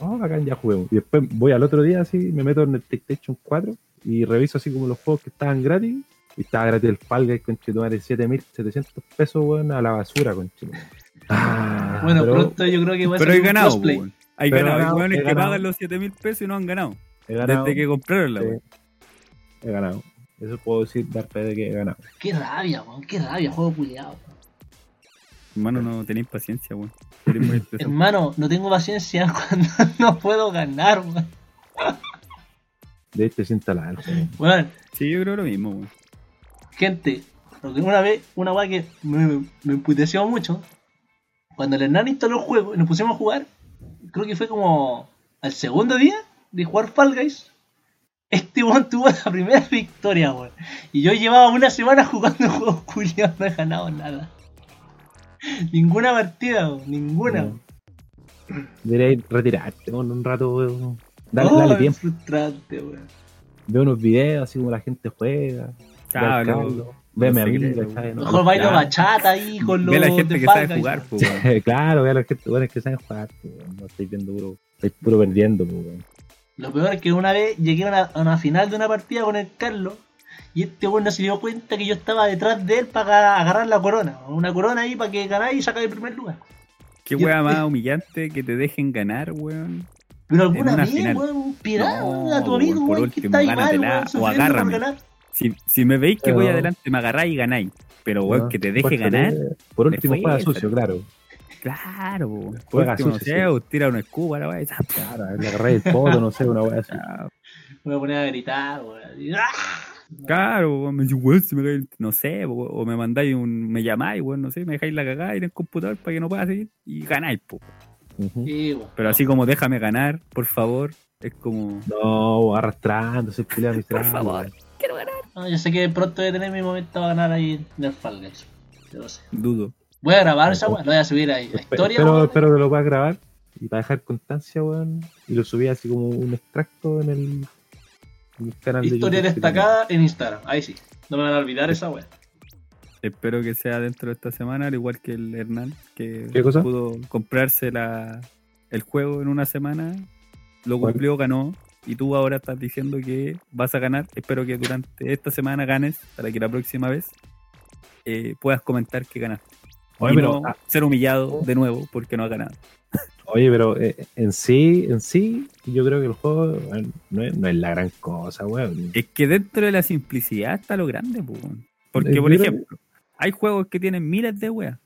Speaker 2: No, bacán, ya juguemos. Y después voy al otro día, así, me meto en el TechTechon 4 y reviso así como los juegos que estaban gratis. Y estaba gratis el Fall Guys, conchetumare, 7700 pesos, weón, a la basura, conchetumare. Ah,
Speaker 1: Bueno,
Speaker 2: pero-
Speaker 1: pronto yo creo que va a
Speaker 3: Pero
Speaker 1: ser
Speaker 3: he
Speaker 1: un
Speaker 3: ganado,
Speaker 1: cosplay.
Speaker 3: weón. Hay
Speaker 2: Pero
Speaker 3: ganado.
Speaker 2: ganado,
Speaker 3: Hay
Speaker 2: he
Speaker 3: weones que
Speaker 2: ganado.
Speaker 3: pagan los 7 mil pesos y no han ganado.
Speaker 2: He ganado.
Speaker 3: Desde que compraron la wea.
Speaker 2: He ganado. Eso puedo decir, dar fe de que he ganado.
Speaker 1: Qué rabia, weón. Qué rabia, juego culiado.
Speaker 3: Hermano, no tenéis paciencia, weón. Eres muy estresado.
Speaker 1: Hermano, no tengo paciencia cuando no puedo ganar, weón.
Speaker 2: De hecho, sienta la weón.
Speaker 1: Weón,
Speaker 3: Sí, yo creo lo mismo, weón.
Speaker 1: gente, lo que una vez, una weá que me, me emputeció mucho, cuando el Hernán instaló el juego y nos pusimos a jugar, creo que fue como al segundo día de jugar Fall Guys, este weón tuvo la primera victoria, weón. Y yo llevaba una semana jugando juegos culiados, no he ganado nada. Ninguna partida, weón, ninguna. weón.
Speaker 2: Deberías retirarte con un rato, weón. Dale,
Speaker 1: Oh,
Speaker 2: dale
Speaker 1: es
Speaker 2: tiempo.
Speaker 1: frustrante, weón.
Speaker 2: Ve unos videos así como la gente juega. Ve al
Speaker 3: Claro,
Speaker 2: caldo.
Speaker 3: no
Speaker 2: Veme a
Speaker 3: sé
Speaker 2: mí,
Speaker 3: qué,
Speaker 2: ¿cachai?
Speaker 3: weón.
Speaker 2: No,
Speaker 1: Mejor bailo
Speaker 2: claro.
Speaker 1: bachata ahí con los
Speaker 3: Ve la gente
Speaker 1: de
Speaker 3: que
Speaker 1: Fall
Speaker 3: sabe
Speaker 1: Guys,
Speaker 3: jugar,
Speaker 1: weón.
Speaker 3: pues, weón.
Speaker 2: claro, ve a la gente, bueno, es que saben jugar, po, weón. No estoy viendo puro. Estoy puro perdiendo, po, weón.
Speaker 1: Lo peor es que una vez llegué a una, a una final de una partida con el Carlos y este weón no se dio cuenta que yo estaba detrás de él para aga- agarrar la corona. Una corona ahí para que ganáis y sacáis el primer lugar.
Speaker 3: Qué
Speaker 1: Yo-
Speaker 3: weá más humillante que te dejen ganar, weón.
Speaker 1: Pero
Speaker 3: En
Speaker 1: alguna
Speaker 3: una
Speaker 1: vez,
Speaker 3: final.
Speaker 1: weón, piedad
Speaker 3: No,
Speaker 1: weón, a tu
Speaker 3: weón,
Speaker 1: amigo,
Speaker 3: por
Speaker 1: weón, que
Speaker 3: último,
Speaker 1: está ahí mal,
Speaker 3: gánatela
Speaker 1: weón,
Speaker 3: o
Speaker 1: sufriendo por
Speaker 3: agárrame.
Speaker 1: ganar.
Speaker 3: Si, si me veis que voy
Speaker 2: Pero-
Speaker 3: adelante, me agarráis y ganáis. Pero, weón,
Speaker 2: No,
Speaker 3: que te deje
Speaker 2: esfuérzate.
Speaker 3: ganar,
Speaker 2: Por último, juega
Speaker 3: Esfuérzate.
Speaker 2: sucio, claro.
Speaker 3: claro, weón. Por
Speaker 2: Juega
Speaker 3: último, no
Speaker 2: sucio,
Speaker 3: sé,
Speaker 2: sí.
Speaker 3: o tira una escuba, la weá, y zap, zap,
Speaker 2: Claro, le agarré el poto, no sé, una weá así.
Speaker 3: zap.
Speaker 1: Me voy a poner a gritar, weón. y- ¡ah!
Speaker 3: Claro, weón, me dice, weón, si me cae el- no sé, weón, o me mandáis un, me llamáis, weón, no sé, me dejáis la cagada en el computador para que no pueda seguir y ganáis, po.
Speaker 2: Ujú.
Speaker 1: Sí, weón.
Speaker 3: Pero así como déjame ganar, por favor, es como,
Speaker 2: No, arrastrándose, pelea miserable.
Speaker 3: favor.
Speaker 1: No, yo sé que pronto voy a tener mi momento para ganar ahí en el Fall Guys. Yo lo sé.
Speaker 3: dudo.
Speaker 1: Voy a grabar
Speaker 3: oh.
Speaker 1: esa weón, lo voy a subir ahí. La
Speaker 2: Pero
Speaker 1: historia,
Speaker 2: espero,
Speaker 1: weón.
Speaker 2: espero que lo puedas grabar y para dejar constancia, weón. Y lo subí así como un extracto en el, en el canal de
Speaker 1: historia
Speaker 2: YouTube que
Speaker 1: destacada en Instagram. Ahí sí. No me van a olvidar esa weón.
Speaker 3: Espero que sea dentro de esta semana, al igual que el Hernán, que
Speaker 2: ¿Qué cosa?
Speaker 3: pudo comprarse la, el juego en una semana, lo
Speaker 2: ¿Cuál?
Speaker 3: cumplió, ganó, y tú ahora estás diciendo que vas a ganar. Espero que durante esta semana ganes, para que la próxima vez eh, puedas comentar que ganaste.
Speaker 2: Oye,
Speaker 3: y
Speaker 2: pero-
Speaker 3: no ser humillado de nuevo porque no has ganado.
Speaker 2: tenía. Oye, pero eh, en sí, en sí, yo creo que el juego weón, no, es, no es la gran cosa, weón.
Speaker 3: Es que dentro de la simplicidad está lo grande, po, weón. Porque,
Speaker 2: Eh,
Speaker 3: por
Speaker 2: yo creo-
Speaker 3: ejemplo, hay juegos que tienen miles de weas.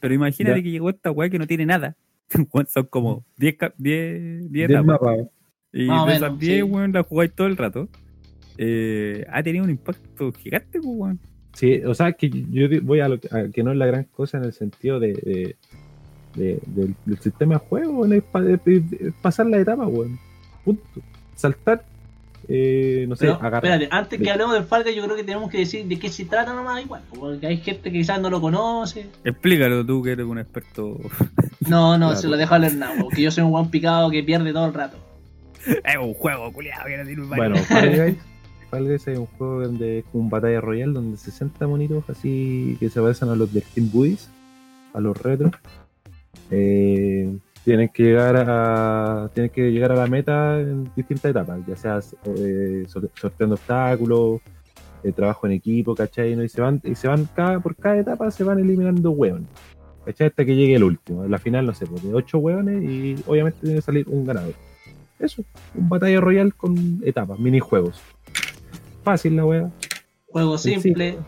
Speaker 3: Pero imagínate
Speaker 2: Ya.
Speaker 3: que llegó esta wea que no tiene nada. Weón, Son como 10 ca- 10 10
Speaker 2: Del
Speaker 3: etapas.
Speaker 2: mapa,
Speaker 3: Y
Speaker 1: Más o
Speaker 3: de
Speaker 1: menos,
Speaker 3: esas 10,
Speaker 1: sí.
Speaker 3: weón, la jugáis todo el rato. Eh, ha tenido un impacto gigante, po, weón.
Speaker 2: Sí, o sea, que yo di- voy a, lo, que- a que no es la gran cosa en el sentido de, de- de- del, del sistema de juego, weón, es, pa- es- es pasar la etapa, weón. Punto. Saltar, eh, no sé,
Speaker 1: Pero,
Speaker 2: agarrar.
Speaker 1: espérate, antes que hablemos del Fall Guys, yo creo que tenemos que decir de qué se trata nomás igual, porque hay gente que quizás no lo conoce.
Speaker 3: Explícalo tú que eres un experto.
Speaker 1: No, no,
Speaker 2: Claro.
Speaker 1: se lo dejo al Hernán, porque yo soy un guan picado que pierde todo el rato.
Speaker 3: es un juego, culiado, que no tiene un
Speaker 2: Bueno,
Speaker 3: baño.
Speaker 2: Fall Guys, Fall Guys es un juego donde es como un batalla royal donde 60 monitos así que se parecen a los del Team Buddies, a los retro. Eh, tienen que llegar a tienen que llegar a la meta en distintas etapas, ya sea eh, sor- sorteando obstáculos, eh, trabajo en equipo, ¿cachai? ¿no? Y se van, y se van cada, por cada etapa se van eliminando hueones. ¿Cachai? Hasta que llegue el último. En la final, no sé, pues, de 8 hueones y obviamente tiene que salir un ganador. Eso un batalla royal con etapas, minijuegos. Fácil la wea.
Speaker 1: Juego simple,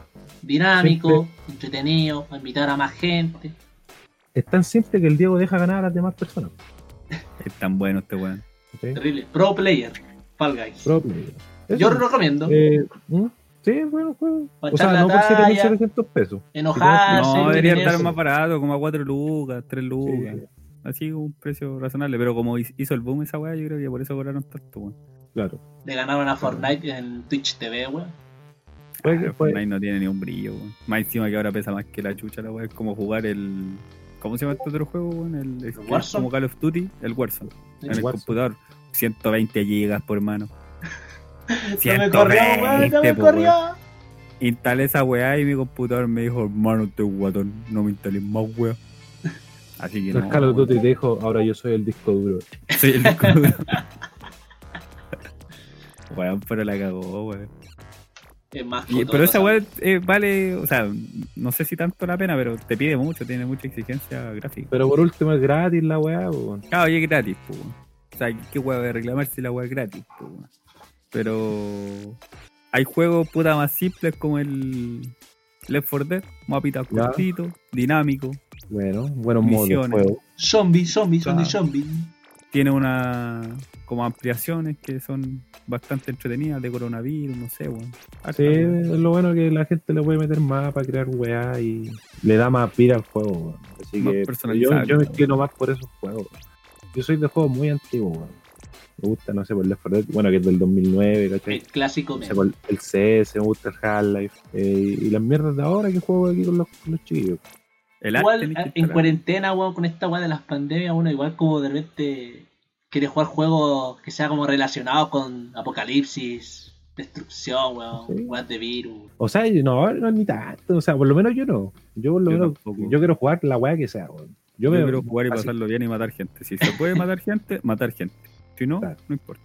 Speaker 1: dinámico, entretenido, para invitar a más gente.
Speaker 2: Es tan simple que el Diego deja ganar a las demás personas.
Speaker 3: Es tan bueno este weón.
Speaker 2: ¿ok?
Speaker 1: Terrible. Pro player, Fall Guys.
Speaker 2: Pro player. Eso.
Speaker 1: Yo lo recomiendo.
Speaker 2: Eh, ¿mm? Sí, bueno, juego.
Speaker 1: Pa'
Speaker 2: O sea,
Speaker 1: echar
Speaker 2: no
Speaker 1: la
Speaker 2: por
Speaker 1: talla.
Speaker 2: 7.700 pesos.
Speaker 1: Enojarse,
Speaker 3: no, debería
Speaker 1: tener-
Speaker 3: estar más barato, como a 4 lucas, 3 lucas.
Speaker 2: Sí,
Speaker 3: Así un precio razonable, pero como hi- hizo el boom esa weá, yo creo que por eso cobraron tanto, weón.
Speaker 2: claro.
Speaker 1: le ganaron a Fortnite en Twitch TV, weón.
Speaker 2: Fue-
Speaker 3: Claro,
Speaker 2: fue-
Speaker 3: Fortnite no tiene ni un brillo, weón. Más encima que ahora pesa más que la chucha la weá, es como jugar el. ¿Cómo se llama este otro juego, weón? El, es que es
Speaker 1: Warzone?
Speaker 3: como Call of Duty, el Warzone. en el
Speaker 2: Warzone.
Speaker 3: computador, 120 gigas por mano.
Speaker 1: No me corrió, weón, no me
Speaker 3: 120, este, po,
Speaker 1: corrió.
Speaker 3: weón. Instalé esa weá y mi computador me dijo, hermano, te guatón, no me instales más weá. Así que
Speaker 2: Los
Speaker 3: no.
Speaker 2: Call of
Speaker 3: weón.
Speaker 2: Duty te dijo, ahora yo soy el disco duro.
Speaker 3: Soy el disco duro. Weón, pero la cagó, weón.
Speaker 1: Es más
Speaker 3: Y-
Speaker 1: joto,
Speaker 3: pero esa
Speaker 1: cosa.
Speaker 3: weá eh, vale, o sea, no sé si tanto la pena, pero te pide mucho, tiene mucha exigencia gráfica.
Speaker 2: Pero por último es gratis la wea. po.
Speaker 3: Ah, oye, gratis, pues. sea, qué hueá voy a reclamar si la hueá es gratis, po, weón? Pero hay juegos puta más simples como el Left 4 Dead, mapita
Speaker 2: Ya.
Speaker 3: cortito, dinámico,
Speaker 2: Bueno, buenos modos de
Speaker 3: Misiones.
Speaker 2: juego.
Speaker 1: Zombie, zombie, zombie,
Speaker 3: Claro.
Speaker 1: zombie.
Speaker 3: tiene una como ampliaciones que son bastante entretenidas de coronavirus, no sé, weón. Harta
Speaker 2: Sí,
Speaker 3: weá.
Speaker 2: es lo bueno que la gente le puede meter más para crear weá y le da más vida al juego. weón. Así
Speaker 3: Más
Speaker 2: que yo,
Speaker 3: personalizable,
Speaker 2: yo me
Speaker 3: ¿no?
Speaker 2: inclino más por esos juegos. weón. Yo soy de juegos muy antiguos. weón. Me gusta, no sé, por Left 4 Dead, bueno, que es del 2009, ¿cachai?
Speaker 1: El clásico
Speaker 2: No
Speaker 1: meme.
Speaker 2: sé, por el CS, me gusta el Half-Life eh, y las mierdas de ahora que juego aquí con los, con los chiquillos.
Speaker 3: El arte
Speaker 1: Igual ah,
Speaker 3: tenés que
Speaker 1: a- en
Speaker 3: instalar.
Speaker 1: cuarentena, weón, con esta weá de las pandemias, uno igual como de repente quiere jugar juegos que sea como relacionados con apocalipsis, destrucción, weón,
Speaker 2: Sí.
Speaker 1: weas de virus.
Speaker 2: O sea, yo no, no, ni tanto. O sea, por lo menos yo no. Yo por lo
Speaker 3: Yo
Speaker 2: menos
Speaker 3: tampoco.
Speaker 2: yo quiero jugar la weá que sea. weón.
Speaker 3: Yo,
Speaker 2: Yo, me-
Speaker 3: quiero jugar y
Speaker 2: así-
Speaker 3: pasarlo bien y matar gente. Si se puede matar gente, matar gente. Si no,
Speaker 2: Claro.
Speaker 3: no importa.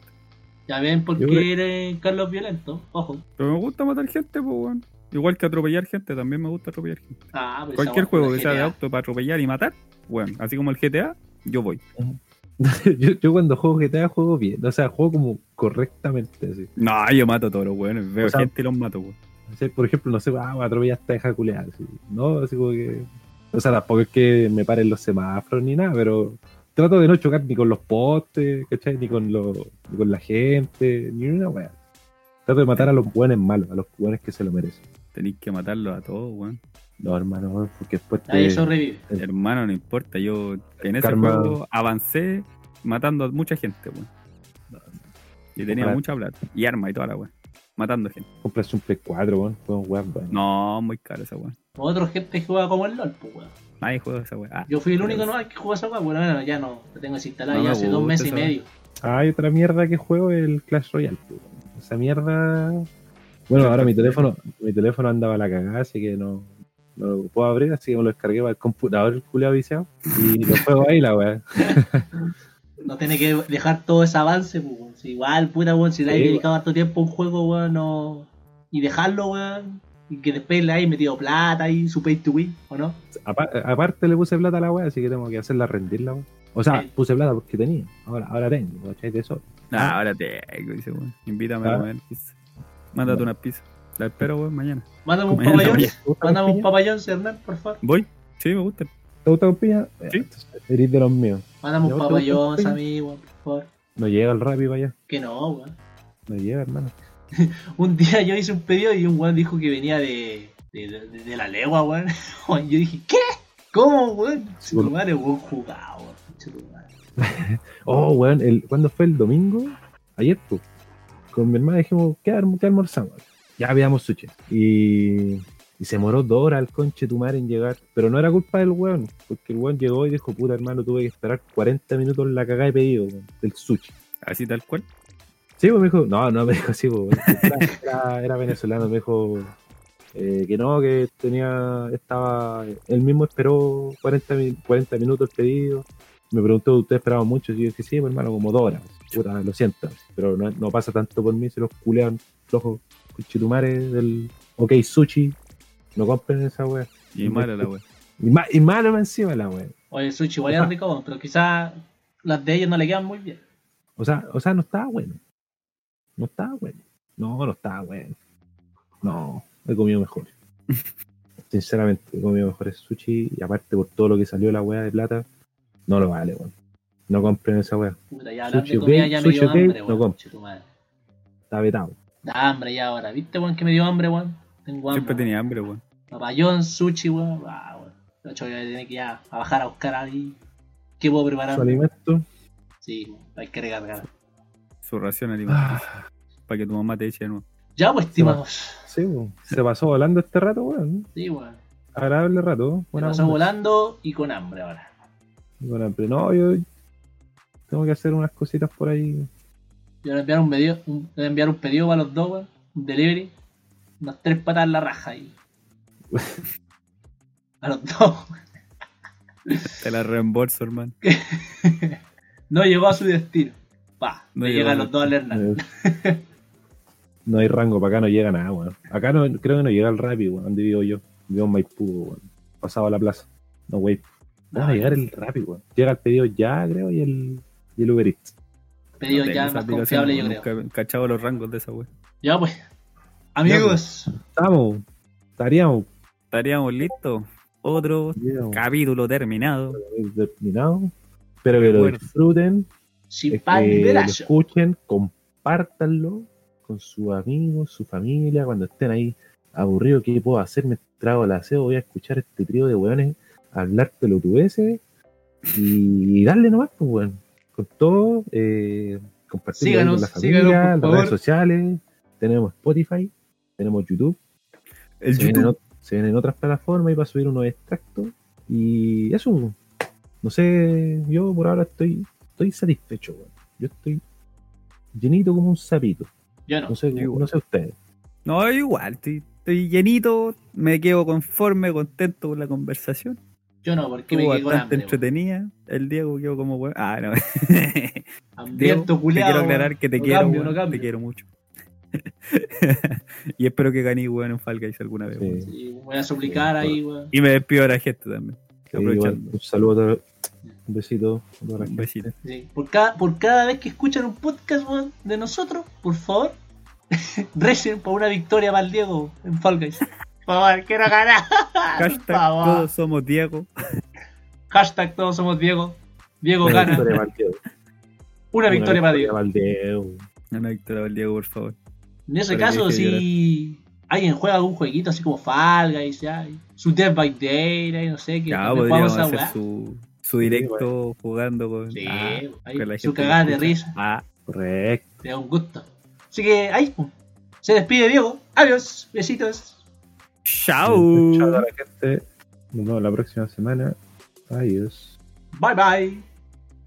Speaker 1: Ya ven por
Speaker 2: Yo
Speaker 1: qué
Speaker 2: creo-
Speaker 1: eres Carlos Violento, ojo.
Speaker 3: Pero me gusta matar gente, pues, weón. Igual que atropellar gente, también me gusta atropellar gente.
Speaker 1: Ah, pero esa
Speaker 3: Cualquier
Speaker 1: weá,
Speaker 3: juego
Speaker 1: la
Speaker 3: que sea de
Speaker 1: GTA.
Speaker 3: auto para atropellar y matar, bueno, así como el GTA, yo voy.
Speaker 2: yo, yo cuando juego GTA juego bien. O sea, juego como correctamente. Así.
Speaker 3: No, yo mato a todos los weones. Veo
Speaker 2: O sea-
Speaker 3: gente y los mato, weón.
Speaker 2: O sea, por ejemplo, no sé, ah, me atropella esta deja culeada, así, No, así como que. O sea, tampoco es que me paren los semáforos ni nada, pero trato de no chocar ni con los postes, ¿cachai? Ni con, los ni con la gente, ni una wea. Trato de matar a los buenos malos, a los buenos que se lo merecen.
Speaker 3: Tenéis que matarlos a todos, weón.
Speaker 2: No, hermano, porque después
Speaker 1: Ahí
Speaker 2: te.
Speaker 1: eso revive.
Speaker 3: Hermano, no importa. Yo en ese
Speaker 2: Karma.
Speaker 3: juego avancé matando a mucha gente, weón. Y tenía
Speaker 2: Ojalá.
Speaker 3: mucha plata. Y arma y toda la weón. Matando gente.
Speaker 2: Compras un Play 4, weón. Juegan weas buenas.
Speaker 3: No, muy caro esa weón.
Speaker 1: Otro gente que juega como el LOL, pues weón.
Speaker 3: Nadie juega esa weón. Ah,
Speaker 1: Yo fui el único no que jugó esa weá, bueno, bueno, ya no, lo tengo desinstalado
Speaker 3: No
Speaker 1: ya
Speaker 3: me
Speaker 1: hace dos
Speaker 3: gusta
Speaker 1: meses y
Speaker 3: esa
Speaker 1: medio.
Speaker 2: Hay otra mierda que juego es el Clash Royale. pues, weón. Esa mierda. Bueno, ahora mi teléfono, mi teléfono andaba a la cagada, así que no, no lo puedo abrir, así que me lo descargué para el computador, el culiao viciado. Y lo juego ahí, la weá.
Speaker 1: No tiene que dejar todo ese avance, pues, weón. Si igual, puta, weón, si le
Speaker 2: Sí,
Speaker 1: hay
Speaker 2: weón.
Speaker 1: dedicado harto tiempo a un juego, weón, no- y dejarlo, weón, y que después le hayas metido plata y su pay to win, ¿o no?
Speaker 2: Apa- Aparte le puse plata a la weá, así que tengo que hacerla rendir la weá. O sea,
Speaker 1: Sí.
Speaker 2: puse plata porque tenía. Ahora, ahora tengo, ¿cachai? De eso.
Speaker 1: Ah.
Speaker 3: nah, ahora te dice weón. Invítame a
Speaker 2: Ah.
Speaker 3: comer pizza. Mándate una pizza. La espero, weón, mañana.
Speaker 1: Mándame un
Speaker 3: Bueno,
Speaker 1: papayón,
Speaker 3: ya.
Speaker 1: mándame un
Speaker 2: papá.
Speaker 1: papayón, Hernán, por favor.
Speaker 3: ¿Voy? Sí, me gusta.
Speaker 2: ¿Te gusta con piña?
Speaker 3: Sí.
Speaker 2: Eh, Eres de los míos.
Speaker 1: Mándame un
Speaker 2: Ya,
Speaker 1: papayón,
Speaker 2: te- te-
Speaker 1: Sammy, weón, por favor.
Speaker 2: No llega el rápido para allá.
Speaker 1: Que no, weón.
Speaker 2: No llega, hermano.
Speaker 1: Un día yo hice un pedido y un weón dijo que venía de, de, de- de la legua, weón. Weón, Yo dije, ¿qué? ¿Cómo, weón?
Speaker 2: Sí,
Speaker 1: Tu
Speaker 2: bueno.
Speaker 1: madre, weón, jugado, weón. Concha tu madre.
Speaker 2: Oh, weón, el, ¿cuándo fue el domingo? Ayer, pues. Con mi hermana dijimos, ¿qué, alm- qué almorzamos? Ya veamos sushi. Y, y se moró dos horas el conche tu madre en llegar. Pero no era culpa del weón, porque el weón llegó y dijo, puta hermano, tuve que esperar 40 minutos la cagada de pedido weón, del sushi.
Speaker 3: Así tal cual.
Speaker 2: Sí, pues me dijo, no, no, me dijo así, pues, weón. era, era venezolano, me dijo eh, que no, que tenía, estaba, él mismo esperó 40, mi- 40 minutos el pedido. Me preguntó, ¿usted esperaba mucho? Y yo dije, sí, pues, hermano, como dos horas. Puta, lo siento, pero no, no pasa tanto por mí, se los culean flojos cuchitumares del OK Sushi. No compren esa wea.
Speaker 3: Y mala la weón.
Speaker 2: Y, ma- y malo más encima la wea.
Speaker 1: Oye, el sushi igual es rico, pero quizás las de ellos no le quedan muy bien.
Speaker 2: O sea, o sea, no estaba bueno. No estaba bueno. No, no estaba bueno. No, he comido mejor. Sinceramente, he comido mejores sushi y aparte por todo lo que salió la weá de plata, no lo vale, weón. No compren esa weá.
Speaker 1: Puta, ya hablando de
Speaker 2: Sushi
Speaker 1: comida
Speaker 2: ok,
Speaker 1: ya me dio
Speaker 2: sushi ok,
Speaker 1: hambre,
Speaker 2: no
Speaker 1: weón.
Speaker 2: como.
Speaker 1: conche tu madre.
Speaker 2: Está vetado.
Speaker 1: Da hambre ya ahora. ¿Viste, weón, que me dio hambre, weón? Tengo hambre.
Speaker 3: Siempre
Speaker 1: weón.
Speaker 3: tenía hambre, weón.
Speaker 1: Papayón, sushi, weón. Ah, weón. Lo hecho, voy a tener que ir a a bajar a buscar ahí. ¿Qué puedo preparar?
Speaker 2: Su alimento.
Speaker 1: Sí, weón, hay que recargar.
Speaker 3: Su ración alimenticia.
Speaker 2: ah,
Speaker 3: Para que tu mamá te eche de nuevo.
Speaker 1: Ya, pues, estimados.
Speaker 2: sí, weón. Se pasó volando este rato, weón.
Speaker 1: Sí, weón.
Speaker 2: Agradable rato.
Speaker 1: Me
Speaker 2: Buena
Speaker 1: pasó
Speaker 2: onda.
Speaker 1: volando y con hambre ahora.
Speaker 2: Buena hambre. No, yo tengo que hacer unas cositas por ahí.
Speaker 1: Yo le voy a enviar un pedido, un, le voy a enviar un pedido para los dos, weón. Un delivery. Unas tres patas en la raja ahí. a los dos.
Speaker 3: Te la reembolso, hermano.
Speaker 1: No llegó a su destino. Pa,
Speaker 3: No
Speaker 1: le
Speaker 3: llegó
Speaker 1: llegan
Speaker 3: a-
Speaker 1: los dos al Hernán.
Speaker 2: Eh, No hay rango, para acá no llega nada, weón. Acá no, creo que no llega el Rappi, weón, donde vivo yo. Vivo en Maipú, weón. Pasado a la plaza. No, wey. No va a llegar el Rappi, weón. Llega el pedido ya, creo, y el, y el Uber Eats.
Speaker 1: Pedido
Speaker 3: No tengo
Speaker 1: ya
Speaker 3: esa
Speaker 1: más
Speaker 3: aplicación,
Speaker 1: confiable, yo
Speaker 3: nunca
Speaker 1: creo.
Speaker 3: he cachado los rangos de esa wea.
Speaker 1: Ya pues. Amigos,
Speaker 2: Estamos, estaríamos,
Speaker 3: Estaríamos listos. Otro
Speaker 2: estaríamos
Speaker 3: capítulo terminado.
Speaker 2: terminados. Espero que lo
Speaker 3: Bueno.
Speaker 2: disfruten,
Speaker 1: sin
Speaker 2: es
Speaker 1: pan ni
Speaker 2: que lo
Speaker 1: perazo.
Speaker 2: escuchen, compártanlo con sus amigos, su familia, cuando estén ahí aburridos, ¿qué puedo hacer? Me trago el aseo, voy a escuchar este trío de weones hablar pelotudeces y darle nomás, pues weón. Con todo, eh, compartirlo ahí
Speaker 1: Síganos,
Speaker 2: con la
Speaker 1: síganos, por
Speaker 2: familia, las
Speaker 1: favor.
Speaker 2: redes sociales, tenemos Spotify, tenemos YouTube.
Speaker 3: El
Speaker 2: se, Vienen, ot- se vienen otras plataformas y para subir unos extractos. Y eso, no sé, yo por ahora estoy, estoy satisfecho, weón. Yo estoy llenito como un sapito.
Speaker 1: Yo no.
Speaker 2: No sé,
Speaker 3: yo igual.
Speaker 2: no sé ustedes.
Speaker 3: No, igual, estoy, estoy llenito, me quedo conforme, contento con la conversación.
Speaker 1: Yo no, porque me
Speaker 3: Estuvo
Speaker 1: quedé con
Speaker 3: bastante
Speaker 1: hambre. weón.
Speaker 3: entretenida. El Diego quedó como weón. Ah, no. Diego,
Speaker 1: Hambriento
Speaker 3: te
Speaker 1: culiao,
Speaker 3: quiero
Speaker 1: weón.
Speaker 3: aclarar que te
Speaker 1: No
Speaker 3: quiero,
Speaker 1: cambio,
Speaker 3: weón,
Speaker 1: no cambio.
Speaker 3: te quiero mucho. y espero que ganéis, weón, en Fall Guys alguna vez. weón.
Speaker 2: Sí,
Speaker 1: Sí, voy a suplicar ahí, weón.
Speaker 3: Y me despido de la gente también.
Speaker 2: sí,
Speaker 3: Aprovechando.
Speaker 2: igual, un saludo a todos. Un besito. a toda la
Speaker 3: Un
Speaker 2: gente.
Speaker 3: besito.
Speaker 1: Sí, Por, cada, por cada vez que escuchan un podcast weón, de nosotros, por favor, recen por una victoria para el Diego en Fall Guys. Por favor, quiero ganar. Por
Speaker 3: Hashtag
Speaker 1: favor.
Speaker 3: todos somos Diego.
Speaker 1: Hashtag todos somos Diego. Diego
Speaker 2: Una
Speaker 1: gana.
Speaker 2: victoria para el Diego.
Speaker 1: Una
Speaker 2: Una
Speaker 1: victoria para Diego.
Speaker 2: para el Diego.
Speaker 3: No, no, Víctor, al Diego, por favor.
Speaker 1: En ese
Speaker 3: Para que
Speaker 1: caso,
Speaker 3: deje de
Speaker 1: si
Speaker 3: ¿eh?
Speaker 1: alguien juega algún jueguito así como Fall Guys, ya, y su Death by Day, no sé, que
Speaker 3: Ya,
Speaker 1: también
Speaker 3: podríamos
Speaker 1: jugamos
Speaker 3: hacer
Speaker 1: esa weá.
Speaker 3: su, su directo jugando con.
Speaker 1: Sí,
Speaker 3: Ah,
Speaker 1: ahí,
Speaker 3: con la
Speaker 1: su
Speaker 3: gente que
Speaker 1: cagada de
Speaker 3: escucha.
Speaker 1: risa,
Speaker 3: Ah,
Speaker 2: Correcto.
Speaker 1: te da un gusto. Así que ahí, pum. se despide Diego. Adiós, besitos.
Speaker 3: chao.
Speaker 2: Chao a la gente. Nos vemos la próxima semana. Adiós.
Speaker 1: Bye bye.